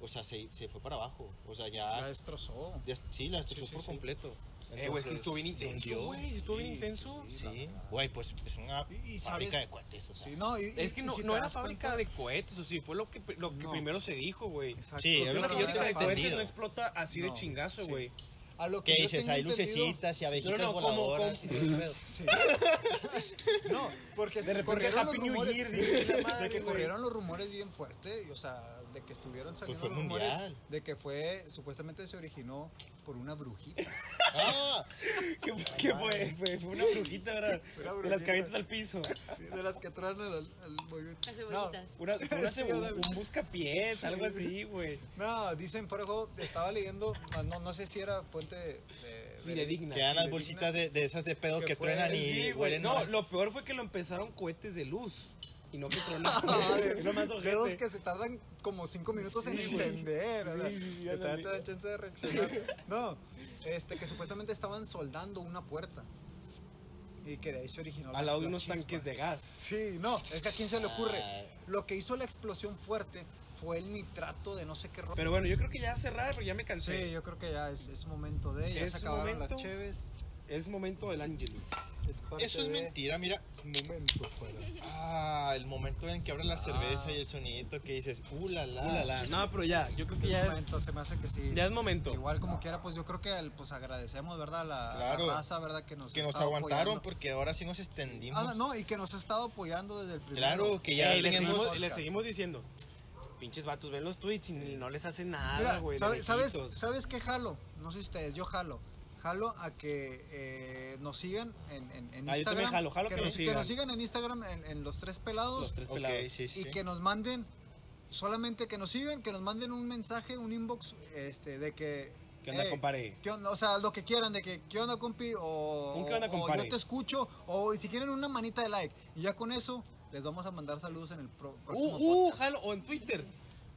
S4: o sea, se, se fue para abajo. O sea,
S5: La
S4: ya.
S5: destrozó.
S4: ya- sí, la destruyó
S5: sí,
S4: por
S5: sí.
S4: completo.
S3: Eh, güey, es que
S4: Entonces,
S3: estuvo bien
S4: se
S3: intenso,
S4: hundió.
S3: güey. Estuvo bien
S5: Sí,
S3: intenso.
S5: sí.
S4: Sí, güey, pues es una
S5: Y- y
S4: fábrica
S5: sabes-
S4: de cohetes, o sea.
S5: Sí, no, y, y-
S3: Es que
S5: y
S3: no,
S5: si
S3: no
S5: te
S3: era
S5: das
S3: fábrica
S5: cuenta-
S3: de cohetes, o sí, fue lo que, lo que
S5: No.
S3: primero se dijo, güey.
S5: Exacto.
S4: Sí, es
S5: Porque
S3: Porque
S4: lo
S3: una
S4: que yo
S3: fábrica de
S4: tengo
S3: cohetes
S4: entendido.
S3: no explota así de
S5: No,
S3: chingazo,
S5: sí.
S3: güey.
S5: A lo que
S4: ¿Qué
S5: yo
S4: dices?
S5: tengo
S4: Hay
S5: entendido-
S4: lucecitas y abejitas
S3: No, no, como-
S4: voladoras.
S3: como-
S4: y todo el pedo.
S5: Sí. No, porque
S3: De repente
S5: corrieron los
S3: Happy New
S5: rumores
S3: Year,
S5: sí,
S3: dice la madre,
S5: de que
S3: güey.
S5: corrieron los rumores bien fuerte, y, o sea, de que estuvieron saliendo
S4: fue
S5: los rumores
S4: mundial.
S5: de que fue supuestamente se originó por una brujita.
S4: Ah,
S3: ¿Qué, qué fue? fue? fue una brujita, ¿verdad?
S5: Fue una
S3: De las
S5: brujita.
S3: cabetas al piso.
S5: sí, de las que traen al, al movimiento.
S7: Las
S5: No,
S7: cebollitas.
S3: Una, una
S5: Sí,
S3: un,
S5: una-
S3: un buscapiés,
S5: Sí.
S3: algo así, güey.
S5: No, dicen fuera de juego, estaba leyendo, ah, no, no sé si era fuente de
S3: Fidedigna.
S4: que dan las
S5: Fidedigna.
S4: bolsitas de, de esas de pedo
S5: Que
S4: que
S5: fue-
S4: truenan y
S3: Sí, güey.
S4: huelen
S3: No,
S4: mal.
S3: lo peor fue que lo empezaron cohetes de luz. y no que truena.
S5: Ah,
S3: es lo más
S5: Dedos
S3: ojete.
S5: que se tardan como 5 minutos en
S3: Sí, güey.
S5: encender. o sea,
S3: Sí, sí, sí,
S5: que todavía
S3: ándale.
S5: te dan chance de reaccionar. No, este, que supuestamente estaban soldando una puerta. Y que de ahí se originó
S3: Al
S5: la-
S3: lado de
S5: la
S3: unos
S5: chispa.
S3: tanques de gas.
S5: Sí, no, es que a quién se le ocurre.
S4: Ah.
S5: Lo que hizo la explosión fuerte fue el nitrato de no sé qué ropa.
S3: Pero bueno, yo creo que ya cerrar, porque ya me cansé.
S5: Sí, yo creo que ya es, es momento de. Ya
S3: Es
S5: se acabaron
S3: momento.
S5: las cheves.
S3: Es momento del Angelus.
S5: es parte
S4: Eso es
S5: de-
S4: mentira, mira.
S5: Momento fuera.
S4: Ah, el momento en que abre la cerveza y el sonidito que dices, Ah. ¡uh, la, la!
S3: Ulala. No, pero ya, yo creo que ya es.
S5: momento, se me hace que sí.
S3: ya es
S5: sí,
S3: momento.
S5: este, Igual como quiera, pues yo creo que el- pues agradecemos, ¿verdad? La, la
S4: Claro.
S5: raza, ¿verdad? Que nos,
S4: Que
S5: ha
S4: nos
S5: estado
S4: aguantaron pues,
S5: apoyando.
S4: porque ahora sí nos extendimos.
S5: Ah, no, y que nos ha estado apoyando desde el primer
S4: Claro, que ya
S3: Ey, Eh, le,
S4: teníamos-
S3: seguimos,
S5: podcast.
S3: le seguimos diciendo. Pinches vatos, ven los tweets y no les hacen
S5: Mira,
S3: nada, güey. de
S5: ¿sabe- ¿sabes,
S3: lejitos.
S5: ¿sabes qué jalo? No sé ustedes, yo jalo. Jalo a que eh, nos sigan en, en, en
S3: Ah, yo también
S5: Instagram.
S3: jalo, jalo que nos sigan.
S5: nos sigan en Instagram en, en Los Tres Pelados.
S3: Los tres
S4: Ok,
S3: pelados.
S4: sí, sí.
S5: y que nos manden, solamente que nos sigan, que nos manden un mensaje, un inbox, este, de que... eh,
S3: ¿Qué onda,
S5: "Ey,
S3: compadre?"
S5: ¿qué onda? O sea, lo que quieran, de que, ¿qué onda, compi? O,
S3: Un ¿qué onda,
S5: o
S3: compadre?
S5: yo te escucho, o y si quieren una manita de like. Y ya con eso, les vamos a mandar saludos en el pro- próximo
S3: Uh, uh,
S5: podcast.
S3: jalo, o en Twitter.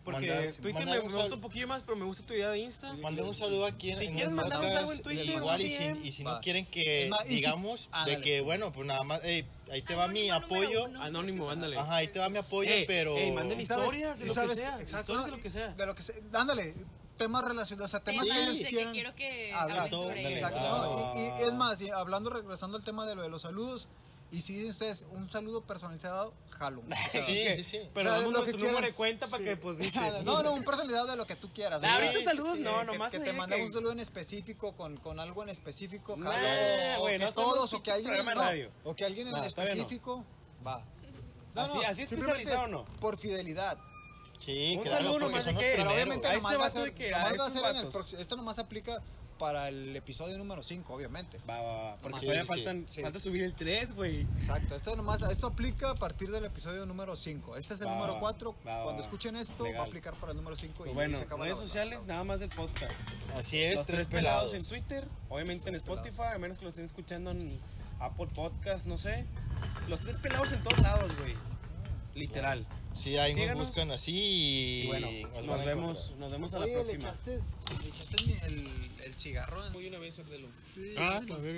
S3: Porque
S4: Mandar-
S3: Twitter
S4: mandar
S3: me
S4: un
S3: gusta
S4: sal-
S3: un poquillo más, pero me gusta tu idea de Insta.
S4: Mandar un saludo aquí en,
S3: Si
S4: en
S3: quieren,
S4: el
S3: mandamos
S4: podcast,
S3: algo en Twitter,
S4: Igual,
S3: un
S4: y si,
S3: DM.
S4: y si no
S5: Va.
S4: quieren que
S5: Es más, y si-
S4: digamos de
S5: ándale,
S4: que,
S5: sí.
S4: bueno, pues nada más, "Ey, ahí te va mi
S7: Anónimo número
S4: apoyo.
S7: uno.
S3: Anónimo, ándale.
S4: Ajá, ahí te va mi apoyo,
S3: Ey,
S4: pero.
S3: ey, manden
S5: ¿Y sabes-
S3: Historias de
S5: y
S3: lo que
S5: sabes-
S3: sea, historias de
S5: ¿no?
S3: lo que sea.
S5: De lo que sea. Ándale, temas relacionados, o sea, temas
S7: Temas
S5: que
S7: de
S5: ellos
S7: que
S5: quieran
S7: quiero que
S5: hablar.
S7: hablen
S4: todo,
S7: sobre
S4: ándale,
S7: eso.
S5: Exacto,
S4: Ah.
S5: ¿no? Y, y es más, y hablando, regresando al tema de lo de los saludos, y si ustedes un saludo personalizado, jalo. o sea,
S4: Sí,
S3: ¿Qué?
S4: sí, sí.
S3: Pero
S5: o sea,
S3: damos
S5: lo
S3: tu
S5: que
S3: número
S5: quieran.
S3: de cuenta para
S5: Sí.
S3: que pues dices.
S5: No, no, un personalizado de lo que tú quieras.
S3: Nah,
S5: o sea,
S3: ahorita saludos, no,
S5: que-
S3: nomás
S5: Que,
S3: ahí
S5: te
S3: de
S5: mandamos
S3: que-
S5: un saludo en específico con, con algo en específico,
S3: Nah,
S5: jalo. o
S3: güey,
S5: que
S3: no somos
S5: todos, o
S3: pinche
S5: que alguien, en,
S3: programa de
S5: no,
S3: radio.
S5: o que alguien en
S3: Nah, todavía no.
S5: específico, va.
S3: Así- así es
S5: simplemente
S3: personalizado, ¿no?
S5: Por fidelidad.
S4: Sí,
S3: Un
S4: claro,
S3: saludo
S4: porque
S3: nomás
S4: son
S3: de
S4: los
S3: que-
S5: Pero
S4: primeros.
S5: obviamente
S3: a
S5: nomás
S3: este
S5: va a
S3: vato
S5: ser,
S3: de que
S5: nomás
S3: a
S5: va a
S3: estos
S5: ser en el
S3: vatos.
S5: próximo. Esto nomás aplica para el episodio número 5, obviamente.
S3: Va, va, va, Porque
S5: Nomás,
S3: todavía
S4: sí,
S3: faltan,
S5: sí.
S3: falta subir el 3, güey.
S5: Exacto, esto nomás, esto aplica a partir del episodio número 5. Este es el
S3: Va, va,
S5: número 4.
S3: va, va,
S5: Cuando
S3: va.
S5: escuchen esto, va
S3: Legal.
S5: a aplicar para el número 5 y
S3: Pues
S5: ahí
S3: bueno,
S5: se acaba la
S3: redes
S5: onda.
S3: sociales, nada más del podcast.
S4: Así es,
S3: los
S4: tres,
S3: tres
S4: pelados.
S3: pelados en Twitter, obviamente en
S5: Tres Pelados.
S3: Spotify, a menos que lo estén escuchando en Apple Podcast, no sé. Los tres pelados en todos lados, güey. Literal.
S4: Sí, ahí nos
S3: Síganos.
S4: buscan así y
S3: bueno,
S4: nos van
S3: nos
S4: a
S3: vemos, nos vemos a la
S5: Oye, ¿le
S3: próxima.
S5: echaste, le echaste el, el cigarro en-
S6: Muy una vez, Cordelo.
S4: encontrar. Ah, lo veo.